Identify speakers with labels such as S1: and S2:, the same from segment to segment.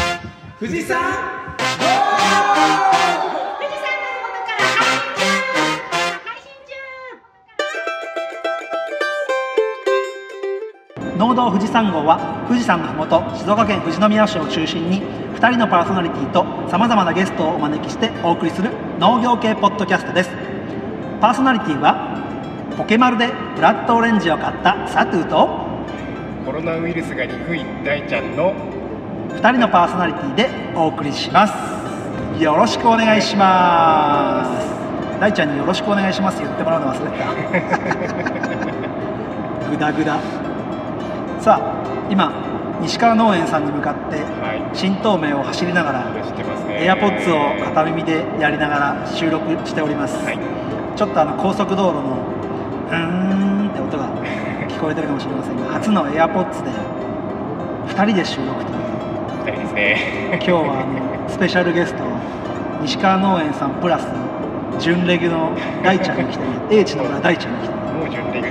S1: 富士山の麓か
S2: 富士山
S1: ら配信
S3: 農道富士山号は富士山の麓静岡県富士宮市を中心に2人のパーソナリティとさまざまなゲストをお招きしてお送りする農業系ポッドキャストですパーソナリティはポケマルでブラッドオレンジを買ったサトゥーと
S4: コロナウイルスが憎い大ちゃんの
S3: 2人のパーソナリティでお送りしますよろしくお願いします大ちゃんによろしくお願いします言ってもらうの忘 れたグダグダさあ今西川農園さんに向かって
S4: はい
S3: 新東名を走りながら
S4: 知ってますね
S3: エアポッツを片耳でやりながら収録しております、
S4: はい
S3: ちょっとあの高速道路のうーんって音が聞こえてるかもしれませんが初のエアポッツで2人で収録という
S4: 二人ですね
S3: 今日はあのスペシャルゲスト西川農園さんプラス準レギュの大ちゃんに来て英知の村大ちゃんに来て
S4: もう準レギュです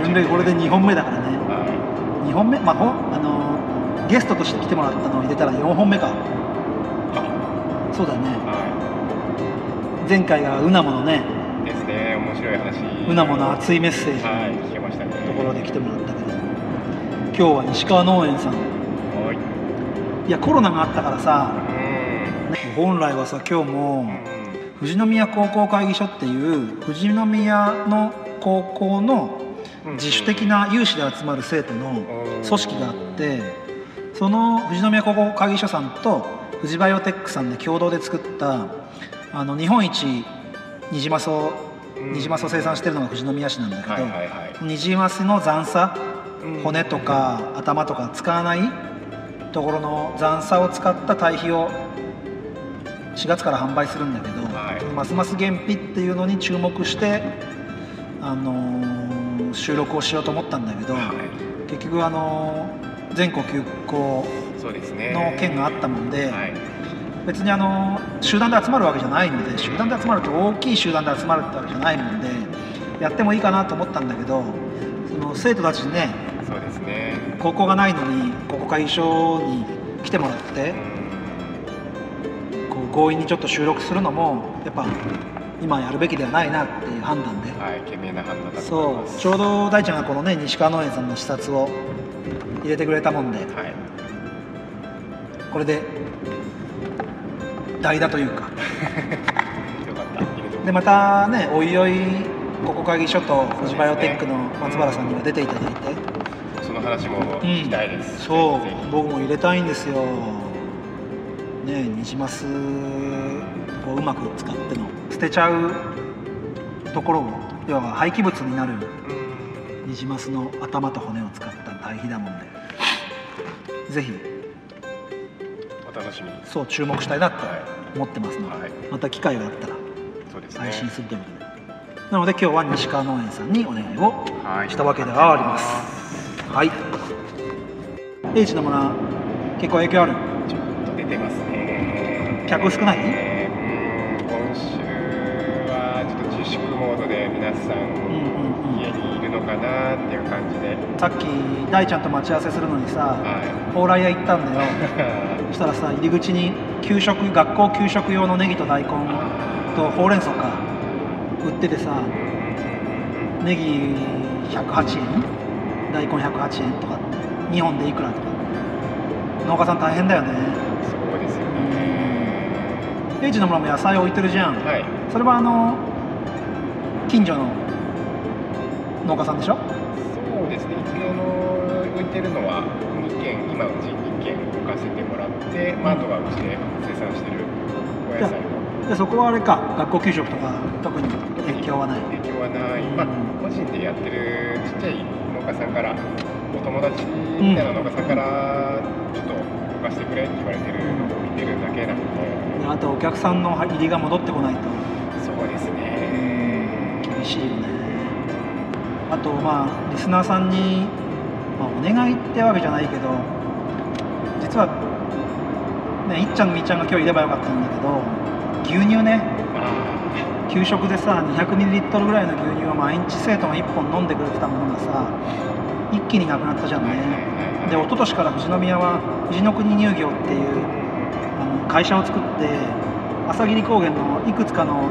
S4: ね
S3: 準レギュこれで2本目だからね
S4: は
S3: 2本目まあほあのゲストとして来てもらったのを入れたら4本目かそうだ
S4: い
S3: ね
S4: は
S3: 前回がうなものね
S4: いですね面白い話
S3: うなもの熱いメッセージ
S4: は
S3: の
S4: い聞けましたね
S3: ところで来てもらったけど今日は西川農園さん
S4: はい
S3: いやコロナがあったからさ
S4: う
S3: 本来はさ今日も
S4: んうん
S3: 富士宮高校会議所っていう富士宮の高校の自主的な有志で集まる生徒の組織があってその富士宮高校会議所さんと富士バイオテックさんで共同で作ったあの日本一ニジマスを
S4: うん
S3: ニジマスを生産してるのが富士宮市なんだ
S4: はいはい
S3: け
S4: はい
S3: どニジマスの残差
S4: うん
S3: 骨とか頭とか使わないところの残差を使った堆肥を4月から販売するんだけど、
S4: はい
S3: ますます原肥っていうのに注目して、あのー収録をしようと思ったんだけど、
S4: は
S3: 結局、あのー全国休校
S4: いそうですね
S3: の件があったもんで、
S4: はい
S3: 別に、あのー集団で集まるわけじゃないので集団で集まると大きい集団で集まるってわけじゃないもんでやってもいいかなと思ったんだけどその生徒たちにね
S4: そうですね
S3: 高校がないのに高校会議所に来てもらって
S4: う、ん
S3: こう強引にちょっと収録するのもやっぱ今やるべきではないなっていう判断で、
S4: はい懸命な判断だと思い
S3: そ
S4: ます
S3: うちょうど大ちゃんがこのね西川農園さんの視察を入れてくれたもんで
S4: はい
S3: これで代打というか
S4: よかった入れても
S3: でまたねおいおいここ会議所と小島バイオテックの松原さんには出ていただいて、
S4: その話も聞きたいです
S3: そう
S4: ぜひぜ
S3: 僕も入れたいんですよねえニジマスをうまく使っての捨てちゃうところを要は廃棄物になる
S4: ひうん
S3: ニジマスの頭と骨を使った堆肥だも んでぜひ
S4: お楽しみに
S3: そう注目したいなって思ってますので、
S4: はい
S3: また機会があったら
S4: そうですね
S3: 配信するということで、なので今日は西川農園さんにお願いを
S4: はい
S3: したわけではありますはい英知の村結構影響ある
S4: ちょっと出てますね
S3: 客少ない
S4: えーうーん今週はちょっと自粛モードで皆さ
S3: うん
S4: ん
S3: うん
S4: 家にいるのかなっていう感じで
S3: うんさっき大ちゃんと待ち合わせするのにさ
S4: は
S3: 蓬莱屋行ったんだ
S4: い
S3: よ そしたらさ入り口に給食学校給食用のネギと大根とほうれん草か売っててさネギ108円大根108円とか2本でいくらとか農家さん大変だよね
S4: そうですよね
S3: 英知の村も野菜置いてるじゃん
S4: はい
S3: それはあの近所の農家さんでしょ
S4: そうですね一応あの置いてるのは2軒今うち2軒置かせてもらって、まあ、あとはうちで生産してるお野菜も
S3: でそこはあれか学校給食とか特に影響はない
S4: 影響はない、まあ、個人でやってるちっちゃい農家さんからお友達みたいな農家さんからちょっと動かしてくれって言われてるのを見てるだけなので
S3: であとお客さんの入りが戻ってこないと
S4: そうですね
S3: 厳しいよねあとまあリスナーさんに、まあ、お願いってわけじゃないけど実はねいっちゃんみーちゃんが今日いればよかったんだけど牛乳ね
S4: あ
S3: 給食でさ200ミリリットルぐらいの牛乳を毎日生徒が1本飲んでくれてたものがさ一気になくなったじゃ
S4: あ
S3: ん
S4: はいはい
S3: ね
S4: はいはい
S3: で一昨年から富士宮は富士の国乳業っていうあの会社を作って朝霧高原のいくつかの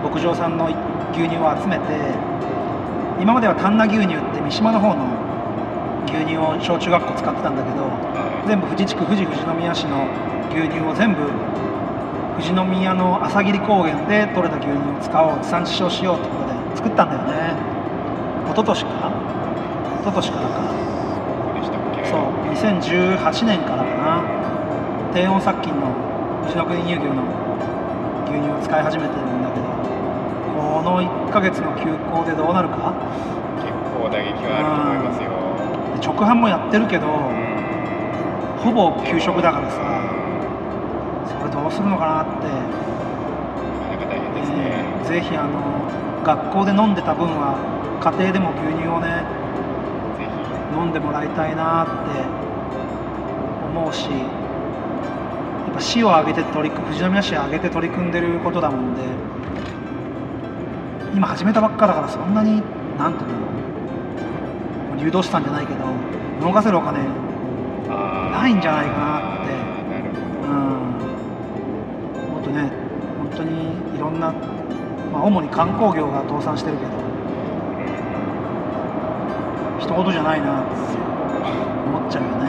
S3: 牧場さんの牛乳を集めて今までは丹那牛乳って三島の方の牛乳を小中学校使ってたんだけど全部富士地区富士富士宮市の牛乳を全部富士宮の朝霧高原で取れた牛乳を使おう地産地消しようってことで作ったんだよね一昨年かな一昨年から
S4: そ
S3: か
S4: うでしたっけ
S3: そう2018年からかな低温殺菌の富士の国乳業の牛乳を使い始めてるんだけどこの1ヶ月の休校でどうなるか
S4: 結構打撃はあると思いますよ
S3: で直販もやってるけどほぼ給食だからさ
S4: な
S3: それどうするのかなっ
S4: か
S3: て、
S4: なか大変です
S3: え
S4: ね
S3: ーぜひあの学校で飲んでた分は家庭でも牛乳をね
S4: ぜひ
S3: 飲んでもらいたいなって思うしやっぱ市を挙げて取り組富士宮市を挙げて取り組んでることだもんで今始めたばっかだからそんなになんていうんだろう誘導したんじゃないけど動かせるお金な
S4: ない
S3: んじゃないかなって
S4: なるほ
S3: うんもっとね本当にいろんな、まあ、主に観光業が倒産してるけど
S4: どうん
S3: 一言じゃないなって思っちゃうよね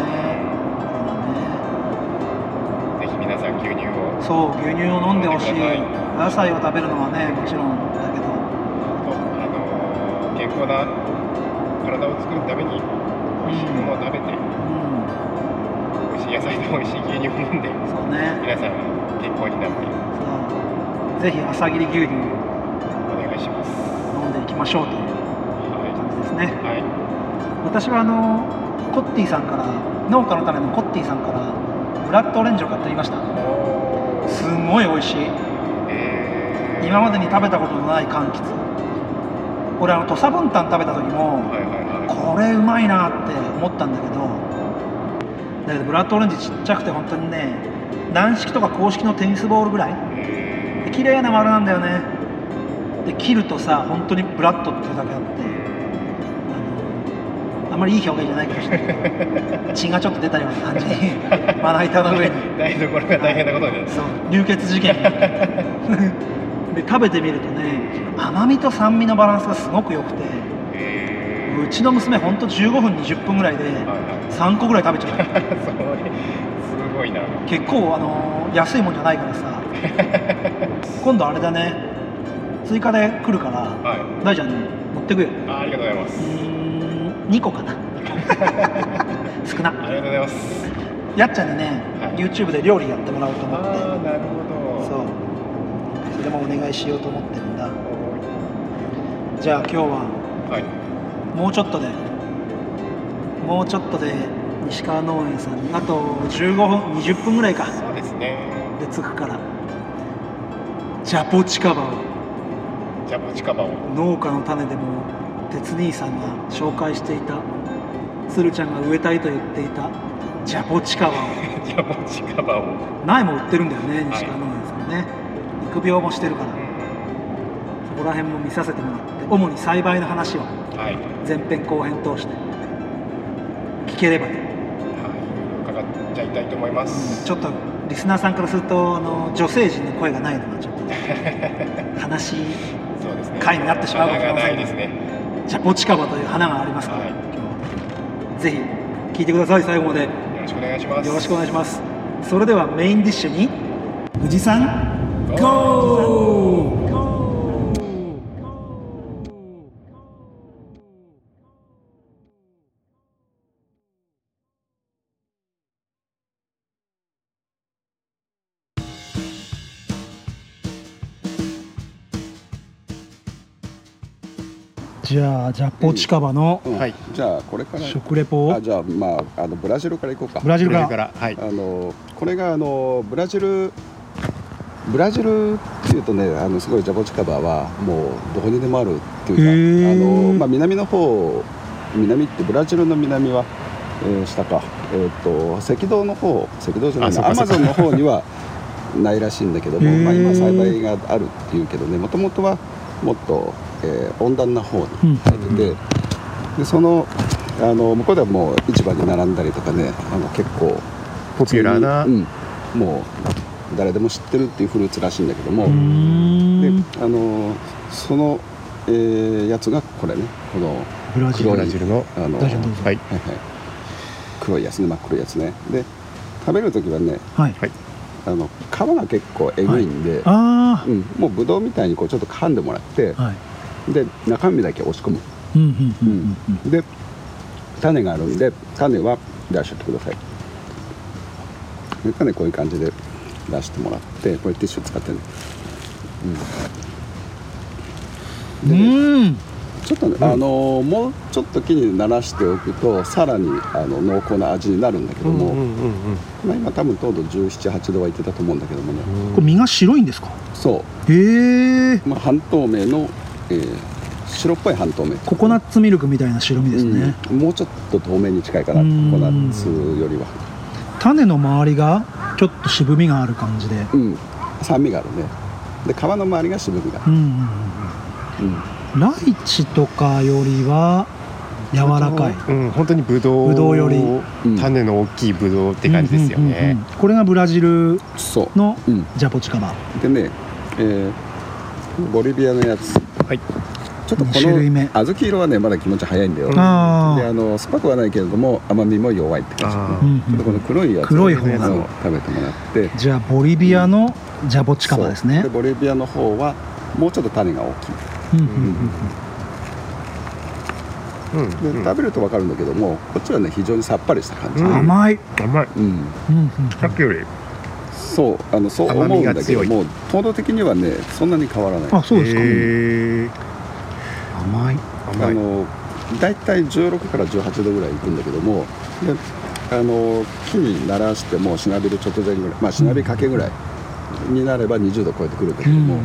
S4: ぜひ皆さん牛乳を
S3: そうだねそう牛乳を飲んでほしい
S4: 飲んでく
S3: お野菜を食べるのはねもちろんだけど
S4: とあのー健康な体を作るために美味しいものを食べて
S3: う
S4: 美味しい野菜と美味しい牛乳を飲んで
S3: んそうね
S4: 皆さん健康になって
S3: そうぜひ朝霧牛乳
S4: お願いします
S3: 飲んでいきましょうという
S4: は
S3: 感じですね
S4: い、はい、
S3: 私はあのコッティさんから農家の種のコッティさんからブラッドオレンジを買ってきました
S4: おー
S3: すごい美味しい
S4: えー
S3: 今までに食べたことのない柑橘俺あの土佐文旦食べた時も
S4: はいはいはい
S3: これうまいなって思ったんだけどだけどブラッドオレンジちっちゃくて本当にね軟式とか公式のテニスボールぐらい
S4: え
S3: で
S4: ー
S3: 綺麗な丸なんだよねで切るとさ本当にブラッドっていうだけあってあのあんまりいい表現じゃないかもしれない血がちょっと出たような感じにまな板の上に
S4: 台所が大変なことになる
S3: そう流血事件 で食べてみるとね甘みと酸味のバランスがすごく良くて
S4: え
S3: うちの娘ほんと15分20分ぐらいで
S4: ーはいはい
S3: 3個ぐらい食べちゃう
S4: それすごいな
S3: 結構あのー安いもんじゃないか らさ今度あれだね追加で来るから
S4: はい
S3: 大ちゃんに持ってくよ
S4: あありがとうございま
S3: う
S4: す
S3: ーん2個 かな少な
S4: ありがとうございます
S3: やっちゃんにね、
S4: はい
S3: YouTube で料理やってもらおうと思って
S4: ああなるほど
S3: そうそれもお願いしようと思ってるんだじゃあ今日は
S4: はい
S3: もうちょっとでもうちょっとで西川農園さんにあと15分20分ぐらいか
S4: そうですね
S3: で着くからジャポチカバを
S4: じゃあポチカバを
S3: 農家の種でも鉄兄さんが紹介していた鶴ちゃんが植えたいと言っていたジャポチカバを
S4: じゃあポチカバを
S3: 苗も売ってるんだよね西川農園さんね、育苗もしてるからそこら辺も見させてもらって主に栽培の話を
S4: はいはい
S3: 前編後編通して聞ければと
S4: 伺っちゃいたいと思います
S3: ちょっとリスナーさんからするとあの女性陣の声がないのがちょっと話
S4: そうですね
S3: 会になってしまうかもしれま
S4: 花
S3: せん
S4: がないですね
S3: ジャポチカバという花がありますから、
S4: はい
S3: 今日ぜひ聞いてください最後までよ
S4: よろしくお願いします
S3: ろしくお願いしますそれではメインディッシュに富士山
S4: ゴー
S3: じゃあジャポチカバの
S2: うん
S4: はい
S2: じゃあこれから
S3: 食レポ
S2: あ
S3: を
S2: じゃあまああのブラジルから行こうか
S3: ブラジルから
S4: らはい
S2: あのこれがあのブラジルブラジルっていうとねあのすごいジャボチカバはもうどこにでもあるって
S3: へ
S2: い
S3: ー
S2: うかあの、まあ、南の方南ってブラジルの南は、えー下か、えー、と赤道の方赤道じゃない
S4: あそう
S2: な
S4: か
S2: アマゾンの方 にはないらしいんだけども、
S3: へー
S2: まあ、今栽培があるっていうけどねもともとはもっと、えー温暖な方に
S3: うん
S2: 生えてて。でそのあの向こうではもう市場に並んだりとかねあの結構
S4: ポピュラーな
S2: うん、もう誰でも知ってるっていうフルーツらしいんだけども、で
S3: ん
S2: あのその、えーやつがこれねこの
S3: ブラジル
S2: 黒い
S3: は
S4: ブラジルの
S2: あの
S3: 大丈夫どう
S4: はい
S3: ぞ
S2: はいはい、黒いやつね真っ黒いやつねで食べる時はね
S3: い
S2: あの皮が結構えぐいんで、
S3: あ
S2: うん、もうぶどうみたいにこうちょっと噛んでもらって
S3: あはい
S2: で中身だけ押し込む
S3: うんうんうんうんうん
S2: で種があるんで種は出しちゃってくださいで種こういう感じで出してもらってこれティッシュ使ってね、うんでね
S3: うん
S2: ちょっとね、あのーもうちょっと木に慣らしておくとさらにあの濃厚な味になるんだけども、
S4: うん
S2: まあ、今多分糖度1718度はいってたと思うんだけどもね、
S3: これ身が白いんですか
S2: そ
S3: へえ
S2: う、まあ、半透明の、えー白っぽい半透明
S3: ココナッツミルクみたいな白身ですね、
S2: うんもうちょっと透明に近いかなコ
S3: うん
S2: コナッツよりは
S3: 種の周りがちょっと渋みがある感じで
S2: うん酸味があるねで皮の周りが渋みがあ
S3: う
S2: る、
S3: んうんうんライチとかよりは柔らかい
S4: うん、本当にブドウ
S3: ブドウより
S2: うん
S4: 種の大きいブドウって感じですよ
S3: うんうんうん
S4: ね
S3: うんこれがブラジル
S2: そう
S3: の
S2: うん
S3: ジャポチカバ
S2: でね、えーボリビアのやつち
S4: はい
S2: ょっとこ
S3: 二種類目
S2: の小豆色はねまだ気持ち早いんだよ、
S4: うん
S2: で
S3: あ
S2: あ
S3: ー
S2: の酸っぱくはないけれども甘みも弱いって感じ
S4: あ
S3: う
S4: ー
S3: ん
S2: ちょっとこ
S3: う
S2: の
S3: ん
S2: 黒いやつ
S3: 黒い方
S2: あ
S3: が
S2: の食べてもらって
S3: じゃあボリビアのジャポチカバですね
S2: そうでボリビアの方はもうちょっと種が大きい
S3: うんう
S4: うん
S3: ん
S4: うん
S2: で、
S4: うん
S2: 食べると分かるんだけどもこっちはね非常にさっぱりした感じ、
S4: う
S2: うん
S4: ん
S3: 甘い
S4: 甘い
S3: うんうん
S4: さっきより
S2: そうあのそう思うんだけども糖度的にはねそんなに変わらない
S3: あそうですか
S4: へー
S3: 甘い
S2: あ
S4: 甘い
S2: の大体16から18度ぐらいいくんだけどもであの木に慣らしてもうしなびる直前ぐらいまあしなびかけぐらいになれば20度超えてくるんだけ
S3: う
S2: ど
S3: ん
S2: も、うん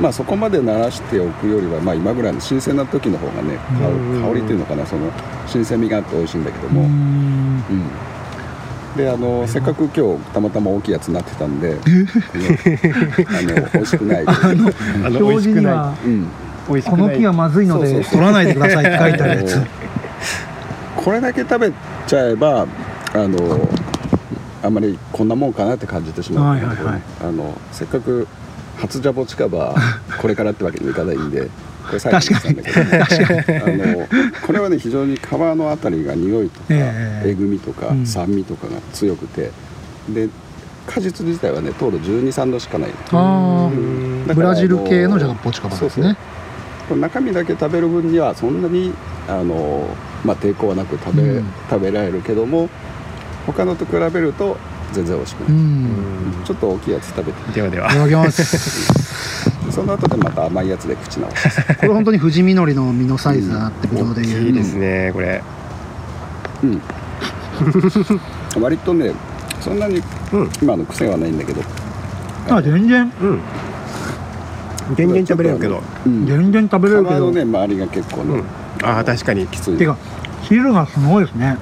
S2: まあ、そこまで慣らしておくよりは、まあ、今ぐらいの新鮮な時の方がね香
S4: うん
S2: 香りっていうのかなその新鮮味があって美味しいんだけど
S3: うんう
S2: も、うん
S3: ん
S2: であのせっかく今日たまたま大きいやつになってたんで、あの美味しくない、
S4: あの美
S3: 表
S4: 味
S3: 示
S4: しく
S3: に
S4: な
S3: は
S2: うん、
S4: い美味し
S3: こ
S4: く
S3: の
S4: な
S3: 木
S4: い
S3: はまずいの
S2: そう
S3: で
S2: そう
S3: 取らないでくださいって書いてあるやつ
S2: あの これだけ食べちゃえばあのあんまりこんなもんかなって感じてしまうんだけどね、
S3: はい
S2: あのせっかく初ジャボ 近場これからってわけにいかないんでこれ最後にしたんだけど、ね、あのこれはね非常に皮のあたりが匂いとか、
S3: ええ
S2: えぐみとか、
S3: うん
S2: 酸味とかが強くてで果実自体はね糖度1 2 3度しかない
S3: あ
S4: う
S3: ー
S4: ん
S2: だか
S3: ブ
S2: ら
S3: ラジル系のジャポチカバです
S2: そう
S3: ね
S2: そこの中身だけ食べる分にはそんなにあの、まあ、抵抗はなく食べ,、
S3: うん
S2: 食べられるけども他のと比べると全然美味しく
S3: う
S2: ない、
S3: ん
S2: ちょっと大きいやつ食べて
S4: ではではい
S3: ただきます
S2: その後でまた甘いやつで口直し
S3: これ本当に藤実りの実のサイズだなってブドウで
S4: い
S3: 言
S4: いうですねこれ
S2: うん割とねそんなに
S4: うん
S2: 今の癖はないんだけど、
S3: あ全然
S4: うん全然食べれるけど
S2: うん、
S3: 全然食べ
S2: 皮
S3: れるけど、
S2: のね周りが結構
S4: う
S2: ね、
S4: んああ確かに
S2: きつい
S3: てか汁がすごいですね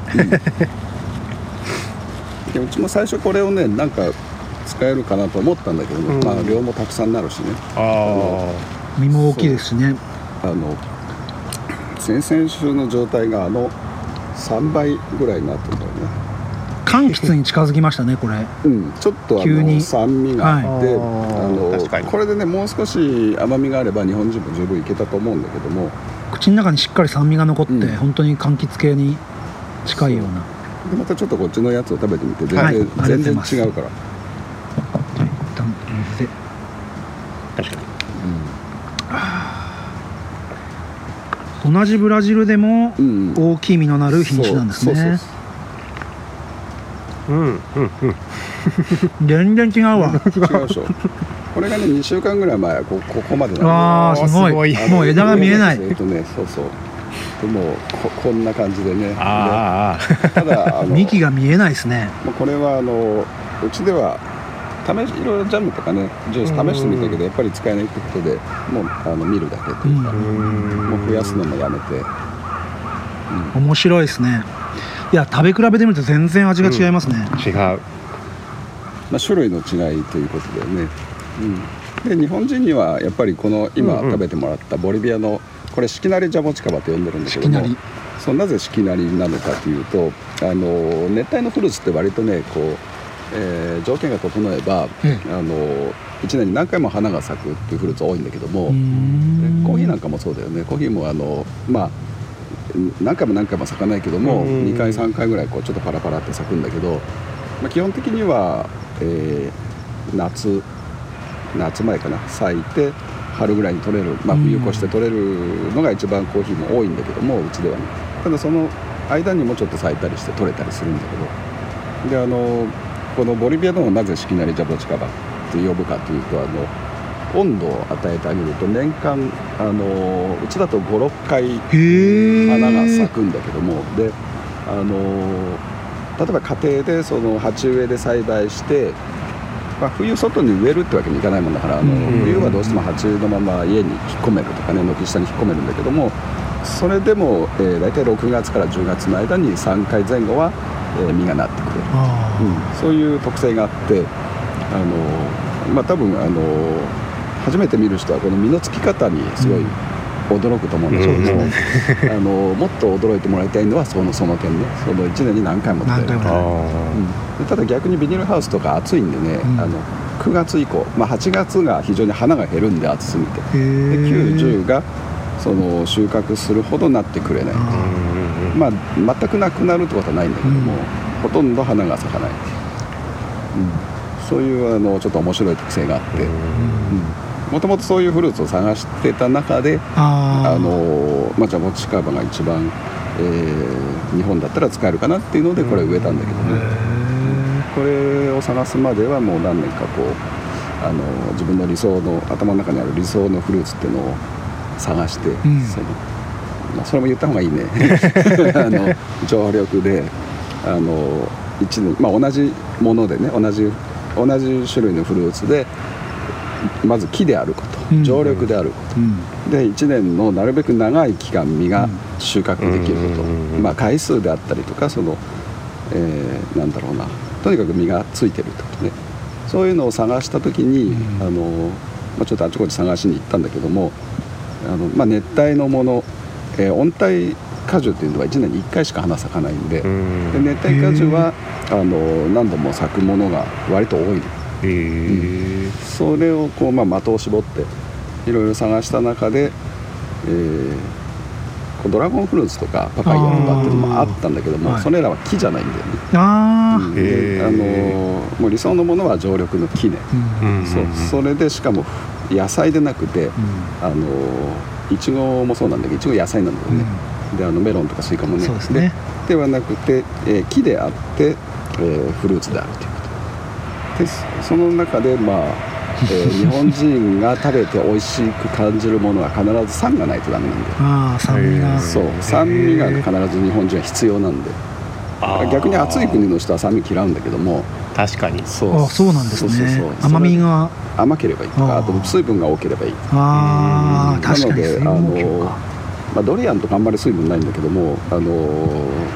S2: でうちも最初これをねなんか使えるかなと思ったんだけども、
S4: うん
S2: まあ、量もたくさんなるしね
S4: あ
S3: 身も大きいですしね
S2: あの先々週の状態があの3倍ぐらいになってるからね、
S3: 柑橘に近づきましたねこれ
S2: うん、ちょっとあ
S3: 急に
S2: の酸味があって、
S4: はいあー確
S2: あ
S4: か
S2: の
S4: に
S2: これでねもう少し甘みがあれば日本人も十分いけたと思うんだけども
S3: 口の中にしっかり酸味が残って、
S2: うん
S3: 本当に柑橘系に近いような
S2: でまたちょっとこっちのやつを食べてみて全然,、
S3: はいありがとうござ
S2: 全
S3: い
S2: 然
S3: ます
S2: 違うから、
S3: 一旦水で
S4: あ確かに
S3: 同じブラジルでも
S2: うんうん、
S3: 大きい実のなる品種なんです
S2: そうそう
S3: ね
S2: そ
S4: う
S2: う
S4: んうんうん
S3: 全然違うわ
S2: そう違 うでしょこれがね2週間ぐらい前はこここまでだ
S3: わあすごい
S4: すごい
S3: もう枝が見えない
S2: えっとねそうそうでもここんな感じでね
S4: あーあ
S2: でただ あの
S3: 幹が見えないですね
S2: まあこれはあのうちでは試しいろいろジャムとかねジュース試してみた
S4: う
S2: け
S4: ん
S2: どやっぱり使えないってことでもうあの見るだけと
S3: う
S2: いうか、
S4: ー
S3: ん
S2: もう増やすの
S4: う
S2: もやめて、
S3: 面白いですねいや食べ比べてみると全然味が違いますね、
S4: 違う
S2: まあ、種類の違いということでね、うん、で日本人にはやっぱりこの今
S4: うんうん
S2: 食べてもらったボリビアのこれ「しきなりジャボチカバ」と呼んでるんだけ
S3: し
S2: ど
S3: きな
S2: も
S3: り
S2: そうなぜしきなりなのかというとあの熱帯のフルーツって割とねこうえー条件が整えば、
S5: え
S2: あの1年に何回も花が咲くっていうフルーツ多いんだけども、
S5: ん
S2: でコーヒーなんかもそうだよねコーヒーもあのまあ何回も何回も咲かないけども、
S6: うん
S2: 2回3回ぐらいこうちょっとパラパラって咲くんだけど、まあ、基本的には、えー夏夏前かな咲いて春ぐらいに取れる、まあ、冬越して取れるのが一番コーヒーも多いんだけどもうちではねただその間にもちょっと咲いたりして取れたりするんだけどであのこのボリビアのをなぜしきなりジャボチカバって呼ぶかというとあの温度を与えてあげると年間あのうちだと56回
S5: へえ
S2: 花が咲くんだけどもであの例えば家庭でその鉢植えで栽培して、まあ、冬外に植えるってわけにいかないもんだからあの、
S5: うん
S2: 冬はどうしても鉢植えのまま家に引っ込めるとかね軒下に引っ込めるんだけどもそれでも、えー大体6月から10月の間に3回前後は、えー実がなってくれる。
S5: あー
S2: そういう特性があってあのまあ多分あの初めて見る人はこの実のつき方にすごい驚くと思うんですけど、
S6: うん
S2: もあのもっと驚いてもらいたいのはそのその点ねその1年に何回も取れる
S5: 何回も
S6: あ
S2: うんただ逆にビニールハウスとか暑いんでね、
S5: うん
S2: あの9月以降、まあ、8月が非常に花が減るんで暑すぎて
S5: へ
S2: で
S5: え
S2: 90がその収穫するほどなってくれない、
S6: あ
S5: あ
S2: まあ、全くなくなるってことはないんだけども、
S5: うん
S2: ほとんど花が咲かない、うん、そういうあのちょっと面白い特性があってもともとそういうフルーツを探してた中で
S5: ーあー
S2: あの、まあ、ジャボチカバが一番、えー日本だったら使えるかなっていうのでこれ植えたんだけど
S5: へ
S2: ね、
S5: ー
S2: これを探すまではもう何年かこうあの自分の理想の頭の中にある理想のフルーツっていうのを探して、
S5: ん
S2: そのまあそれも言った方がいいね あの常緑であの一年、まあ、同じものでね同じ同じ種類のフルーツでまず木であること
S5: うん
S2: 常緑であること、
S5: うん
S2: で1年のなるべく長い期間実が収穫できること、
S6: うん
S2: まあ、回数であったりとかその、えーなんだろうなとにかく実がついてるってことねそういうのを探した時に、あのまあ、ちょっとあちこち探しに行ったんだけどもあの、まあ、熱帯のもの、えー温帯果樹っていうのは1年に1回しか花咲かないんで,、で熱帯果樹はあの何度も咲くものが割と多い
S6: ええ
S2: それをこう、まあ、的を絞っていろいろ探した中で、えーこうドラゴンフルーツとかパパイヤとかっていうのもあったんだけども、
S5: あー
S2: それらは木じゃないんだよね、
S5: あー
S2: で
S6: へー
S2: あのーもう理想のものは常緑の木ね、
S5: うん
S2: そうそれでしかも野菜でなくて、あのーいちごもそうなんだけどいちご野菜なんだよね、であのメロンとかスイカもね
S5: そうですね
S2: ではなくて、えー木であって、えーフルーツであるということでそその中でまあ、 えー日本人が食べて美味しく感じるものは必ず酸がないとダメなんだよ、
S5: ああ酸味が
S6: へー
S2: そう酸味が必ず日本人は必要なんで逆に暑い国の人は酸味嫌うんだけども
S6: 確かに
S2: そ
S5: あそうなんです
S2: そうそう
S5: ね
S2: そう
S5: 甘みが
S2: 甘ければいいとか
S5: あ
S2: あ
S5: ー
S2: と水分が多ければいい
S5: ああ
S2: な
S5: 確か
S2: の
S5: に
S2: で
S5: 水
S2: あ
S5: 分補給
S2: の
S5: か、
S2: まあ、ドリアンとかあんまり水分ないんだけどもあの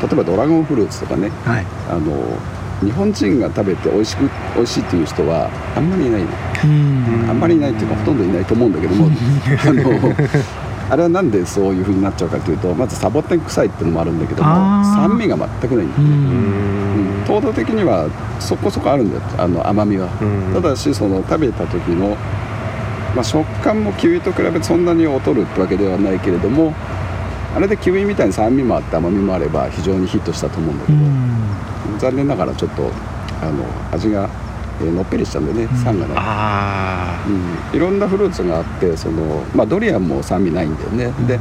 S2: 例えばドラゴンフルーツとかね
S5: はい
S2: あの日本人が食べて美味しく美味しいっていう人はあんまりいないの
S5: うん
S2: あんまりいないっていうかほとんどいないと思うんだけどもあのあれはなんでそういう風になっちゃうかというとまずサボテン臭いっていうのもあるんだけども
S5: あー
S2: 酸味が全くないんだ
S5: う
S2: よ
S5: ん
S2: うん糖度的にはそこそこあるんだよあの甘みは、
S6: うん
S2: ただしその食べた時の、まあ、食感もキウイと比べてそんなに劣るってわけではないけれどもあれでキウイみたいに酸味もあって甘みもあれば非常にヒットしたと思うんだけ
S5: う
S2: ど、
S5: ん
S2: 残念ながらちょっとあの味が、えーのっぺりしたんでね、酸がない、
S6: あ
S2: うん、いろんなフルーツがあってその、まあ、ドリアンも酸味ないんだよね、で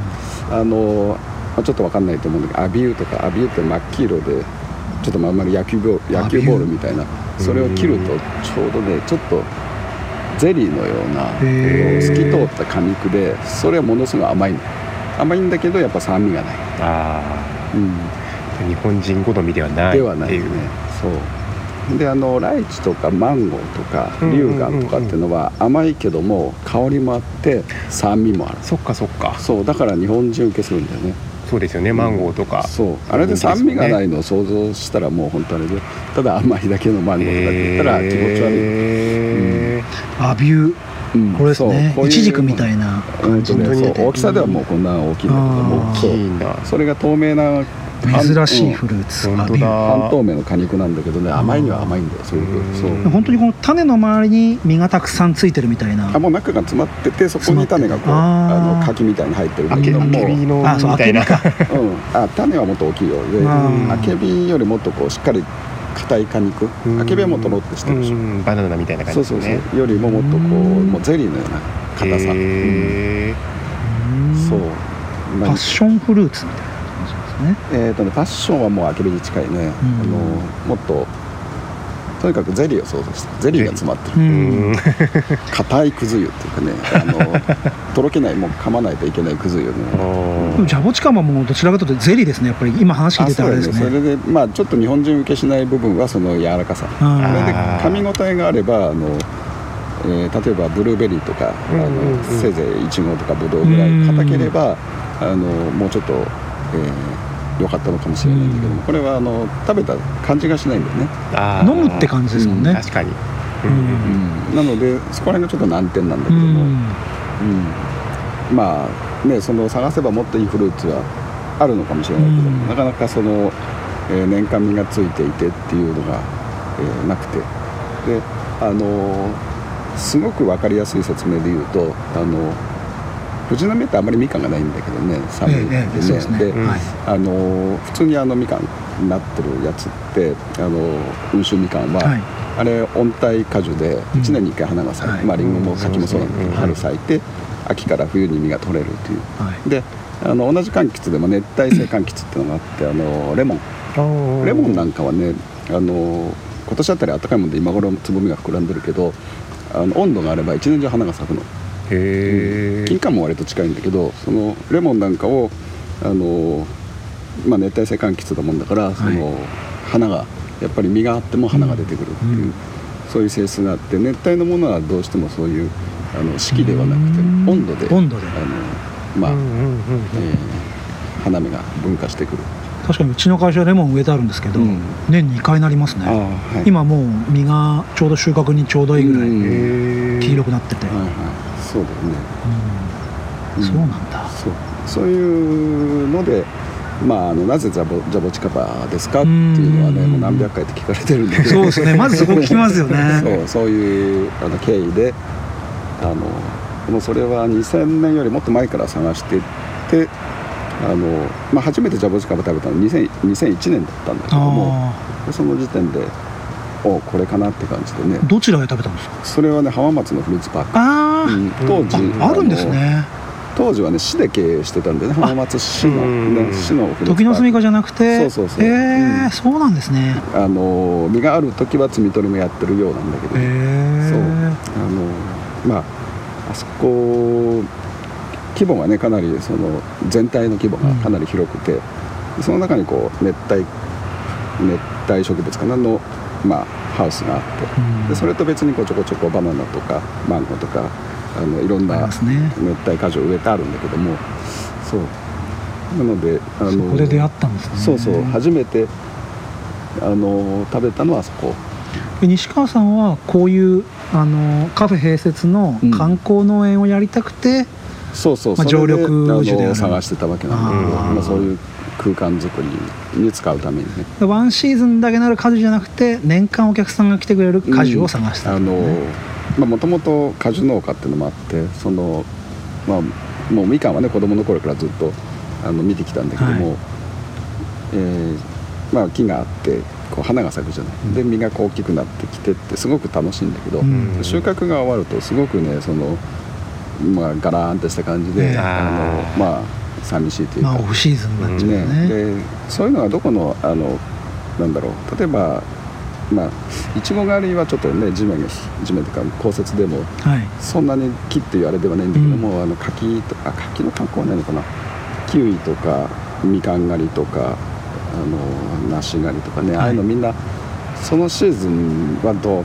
S2: あの、まあちょっとわかんないと思うんだけどアビューとかアビューって真っ黄色でちょっとまんまり野球ボール野球ボールみたいなそれを切るとちょうどねちょっとゼリーのような
S5: へー
S2: 透き通った果肉でそれはものすごい甘いの甘いんだけどやっぱ酸味がない、
S6: あ日本人好みではない
S2: ではないよねそうであのライチとかマンゴーとか
S6: うんうんうんうん
S2: 龍眼とかっていうのは甘いけども香りもあって酸味もある
S6: そっかそっか
S2: そうだから日本人受けするんだよね
S6: そうですよねマンゴーとか
S2: そうあれで酸味がないのを想像したらもう本当あれでただ甘いだけのマンゴーとかって言ったら気持ち悪い、
S6: え
S5: アビュー
S2: うん
S5: これですね
S2: そうこう
S5: イチジクみた
S2: い
S5: いな
S2: な、うんとね
S6: 本当に
S2: そう大きさではもうこんな大きいんだけど
S5: あー
S2: もそう
S6: いいな
S2: それが透明な
S3: 珍しいフルーツ
S4: 本
S3: ア
S4: 当
S3: ビュ
S2: 半
S4: だ
S2: 透明の果肉なんだけどね甘いには甘いんだよすご
S4: うん
S2: くそう
S3: ー本当にこの種の周りに実がたくさんついてるみたいな
S2: あもう中が詰まっててそこに種が
S3: 詰まっ
S2: こう
S3: てる
S2: あ
S3: あー
S2: の柿みたいに入ってるんだ
S4: あ
S2: け
S4: け
S2: ど
S4: あ
S2: も
S4: けびの
S3: あそう
S4: みたいな
S3: あけび
S2: うん、あ種はもっと大きいよで
S3: うん
S2: あけびよりもっとこうしっかり硬い果肉
S4: うん
S2: あけびはもっとロッとしてるでしょ
S4: うんバナナみたいな感じ
S2: そう
S4: です
S2: そう
S4: ね
S2: そうよりももっとこう
S3: うん
S2: もうゼリーのような硬さ、
S4: へ
S3: うん
S2: うん そう、
S3: パ
S2: まあ
S3: ッションフルーツみたいな感じですね
S2: えーとね、パッションはもうあけびに近いね、
S3: ん
S2: あのもっととにかくゼリーを想像してゼリーが詰まって
S3: う
S2: る
S4: ーうんん
S2: 硬いくず湯っていうかねあのとろけないもう噛まないといけないくず湯
S4: あ
S2: の
S3: で
S4: ー
S3: もジャボチカマもどちらかというとゼリーですねやっぱり今話聞いてたらあれです
S2: そ
S3: ね
S2: れでまあちょっと日本人受けしない部分はその柔らかさ
S3: うん
S2: それで
S4: あー
S2: 噛み応えがあればあの、えー例えばブルーベリーとか、
S4: うんうんうん
S2: あのせいぜいイチゴとかブドウぐらい硬ければあのもうちょっと、えー良かったのかもしれないんだけども、これはあの食べた感じがしないんだよね、
S4: あー
S3: 飲むって感じですもんね
S4: 確かに
S3: うん
S2: なのでそこら辺がちょっと難点なんだけ
S3: う
S2: ども、
S3: ん
S2: うんまあねその探せばもっといいフルーツはあるのかもしれないけど、
S3: うん
S2: なかなかその、えー年間味がついていてっていうのが、えーなくてであのーすごく分かりやすい説明で言うとあの富士宮ってあまりみかんがないんだけどね寒いんで
S3: ええ
S2: ね,、
S3: ええそうですね
S2: で
S4: うん
S3: はい
S2: あのー普通にあのみかんになってるやつってあのー温州みかんは、
S3: はい
S2: あれ温帯果樹で
S3: うん
S2: 1年に1回花が咲く、
S3: はい
S2: まあリンゴも柿もそうなんだけど、
S4: うん
S2: 春咲いて秋から冬に実が取れるという
S3: はい
S2: であの同じ柑橘でも熱帯性柑橘っていうのがあってあのレモンレモンなんかはねあの今年あたり暖かいもんで今頃つぼみが膨らんでるけどあの温度があれば一年中花が咲くの
S4: へ
S2: 金柑も割と近いんだけどそのレモンなんかをあの、まあ、熱帯性柑橘だもんだからその、花がやっぱり実があっても花が出てくるっていう、
S3: うん
S2: そういう性質があって熱帯のものはどうしてもそういうあの四季ではなくて
S3: うん
S2: 温度で
S3: 温度で
S2: あのまあ、
S4: うんうんうん
S2: えー花芽が分化してくる、
S3: 確かにうちの会社はレモン植えてあるんですけど、
S2: うん
S3: 年2回なります
S2: ああ
S3: ね
S2: はい
S3: 今もう実がちょうど収穫にちょうどいいぐら
S2: うん
S3: い
S4: へー
S3: 黄色くなってて、
S2: はいはいそうだよね
S3: うんそうなんだ、
S2: そうそういうので、まあ、あのなぜジャボジャボチカバですかっていうのはね
S3: うん
S2: もう何百回って聞かれてるんだけど
S3: そうですねまずそこ聞きますよね
S2: そうそういうあの経緯であのもうそれは2000年よりもっと前から探しててあの、まあ、初めてジャボチカバ食べたのは2000 2001年だったんだけども
S3: あ
S2: でその時点でおこれかなって感じでね
S3: あどちらで食べたんですか
S2: それはね浜松のフルーツパーク、
S3: あー、
S2: うん当時
S3: ああるんです
S2: あの
S3: ね
S2: 当時はね市で経営してたんでね浜松市の、
S4: うん
S2: ね、市のフルーツパーク
S3: 時の住みかじゃなくて
S2: そうそうそう
S3: へえ、
S2: うん
S3: そうなんですね
S2: あの実がある時は摘み取りもやってるようなんだけど、
S3: へえ
S2: そうあのまああそこ規模がねかなりその全体の規模がかなり広くて、その中にこう熱帯熱帯植物かなの、まあ、ハウスがあってでそれと別にこうちょこちょこバナナとかマンゴーとかあのいろん
S3: あり
S2: な
S3: ますね
S2: 熱帯果樹を植えてあるんだけどもそうなのであの
S3: そこで出会ったんですね
S2: そうそう初めてあの食べたのはそこ
S3: で西川さんはこういうあのカフェ併設の観光農園をやりたくて、
S2: そうそう、
S3: まあ
S2: それで
S3: 常緑樹である
S2: の探してたわけなんだけど
S3: あー
S2: まあ、そういう空間作りに使うためにね
S3: でワンシーズンだけなる果樹じゃなくて年間お客さんが来てくれる果樹を探した
S2: あ
S3: んで
S2: の
S3: すね、
S2: まあもともと果樹農家っていうのもあってその、まあ、もうみかんはね子供の頃からずっとあの見てきたんだけども、えーまあ、木があってこう花が咲くじゃないで実がこう大きくなってきてってすごく楽しいんだけど、
S3: うん
S2: 収穫が終わるとすごくねその、まあ、ガラーンとした感じで、
S3: ええ
S2: あのまあ寂しいというか。
S3: まあオフシーズンになっちゃうよね
S2: ね、でそういうのはどこのあのなんだろう例えばまあいちご狩りはちょっとね地面が地面というか降雪でも
S3: はい
S2: そんなに木っていうあれではないんだけど
S3: うん
S2: も、あの柿とかあ柿の観光はないのかなキウイとかみかん狩りとかあの梨狩りとかね、
S3: い
S2: ああいうのみんなそのシーズンはどう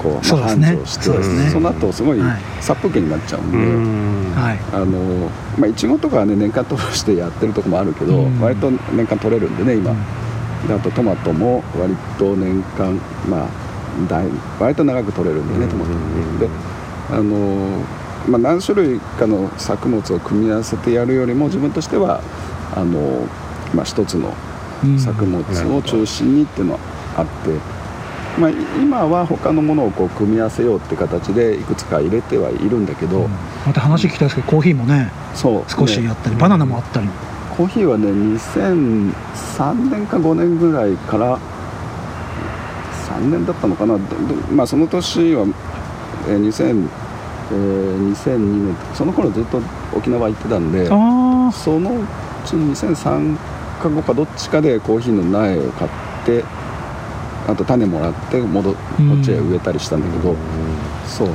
S2: こう、まあ
S3: そうですね
S2: 繁盛して
S3: そうです
S4: ね
S2: の後すごい
S3: はい
S2: 殺風景になっちゃうんで。
S4: うん
S3: はい
S2: あのまあいちごとかはね年間通してやってるとこもあるけど、
S3: うん
S2: 割と年間取れるんでね今、
S3: うん
S2: であとトマトも割と年間まあ大割と長く取れるんでね、トマトもであの、まあ、何種類かの作物を組み合わせてやるよりも自分としてはあの、まあ、一つの
S3: うん
S2: 作物を中心にっていうのはあって、まあ、い今は他のものをこう組み合わせようって形でいくつか入れてはいるんだけど、
S3: また話聞きたいですけどコーヒーもね
S2: そう
S3: 少しやったり、
S4: ね
S3: バナナもあったり
S2: コーヒーはね2003年か5年ぐらいから3年だったのかなどどまあその年は、えー2000えー2002年その頃ずっと沖縄行ってたんで
S3: あ
S2: そのうち2003か5かどっちかでコーヒーの苗を買ってあと種もらって戻こ
S3: うん
S2: っちへ植えたりしたんだけど、そう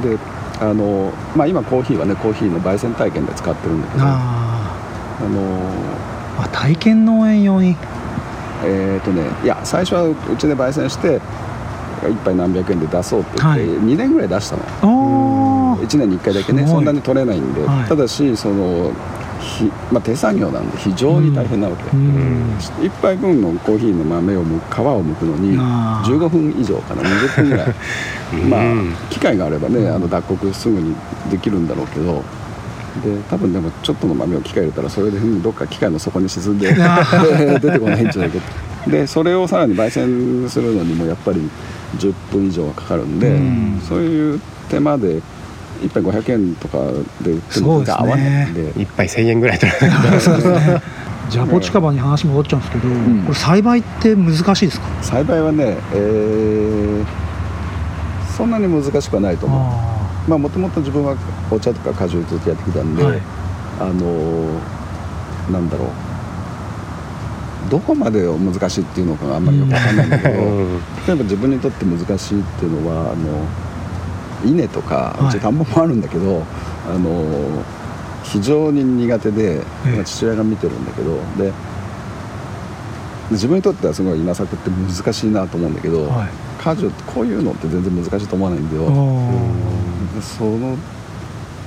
S2: であの、まあ、今コーヒーはねコーヒーの焙煎体験で使ってるんだけ
S3: ー
S2: どあ
S3: あ
S2: の
S3: ーあ体験農園用に
S2: えーとね、いや最初はうちで焙煎して一杯何百円で出そうって言って、
S3: はい
S2: 2年ぐらい出したの
S3: あー
S2: 1年に1回だけ
S3: す
S2: ね
S3: ごい
S2: そんなに取れないんで、
S3: はい
S2: ただしそのひ、まあ、手作業なんで非常に大変なわけ、
S3: うん
S2: 1杯分のコーヒーの豆をむ皮をむくのに
S3: あー
S2: 15分以上から20分 ぐらいまあ機会があればねあの脱穀すぐにできるんだろうけどで多分でもちょっとの豆を機械入れたらそれでうんどっか機械の底に沈 んで 出てこないんじゃないかとでそれをさらに焙煎するのにもやっぱり10分以上はかかるんで、
S3: うん
S2: そういう手間で1杯500円とかで売って
S3: すご
S2: も
S3: いですね
S2: 合わないんで
S4: 一杯1000円ぐらい取らない
S3: じゃあぼちかばに話戻っちゃうんですけど、
S2: ん
S3: これ栽培って難しいですか
S2: 栽培はね、えーそんなに難しくはないと思う
S3: あ
S2: まあもともと自分はお茶とか果汁ずっとやってきたん
S3: ー
S2: で、
S3: はい
S2: あのーなんだろうどこまでを難しいっていうのかがあんまりよくわかんないんだけ ど、例えば自分にとって難しいっていうのはあの稲とか
S3: はいう
S2: ち田んぼもあるんだけど、あの非常に苦手で、
S3: ええ
S2: まあ父親が見てるんだけどでで自分にとってはすごい稲作って難しいなと思うんだけど、
S3: はい
S2: 果樹ってこういうのって全然難しいと思わないんだ
S3: あ
S2: よ、でその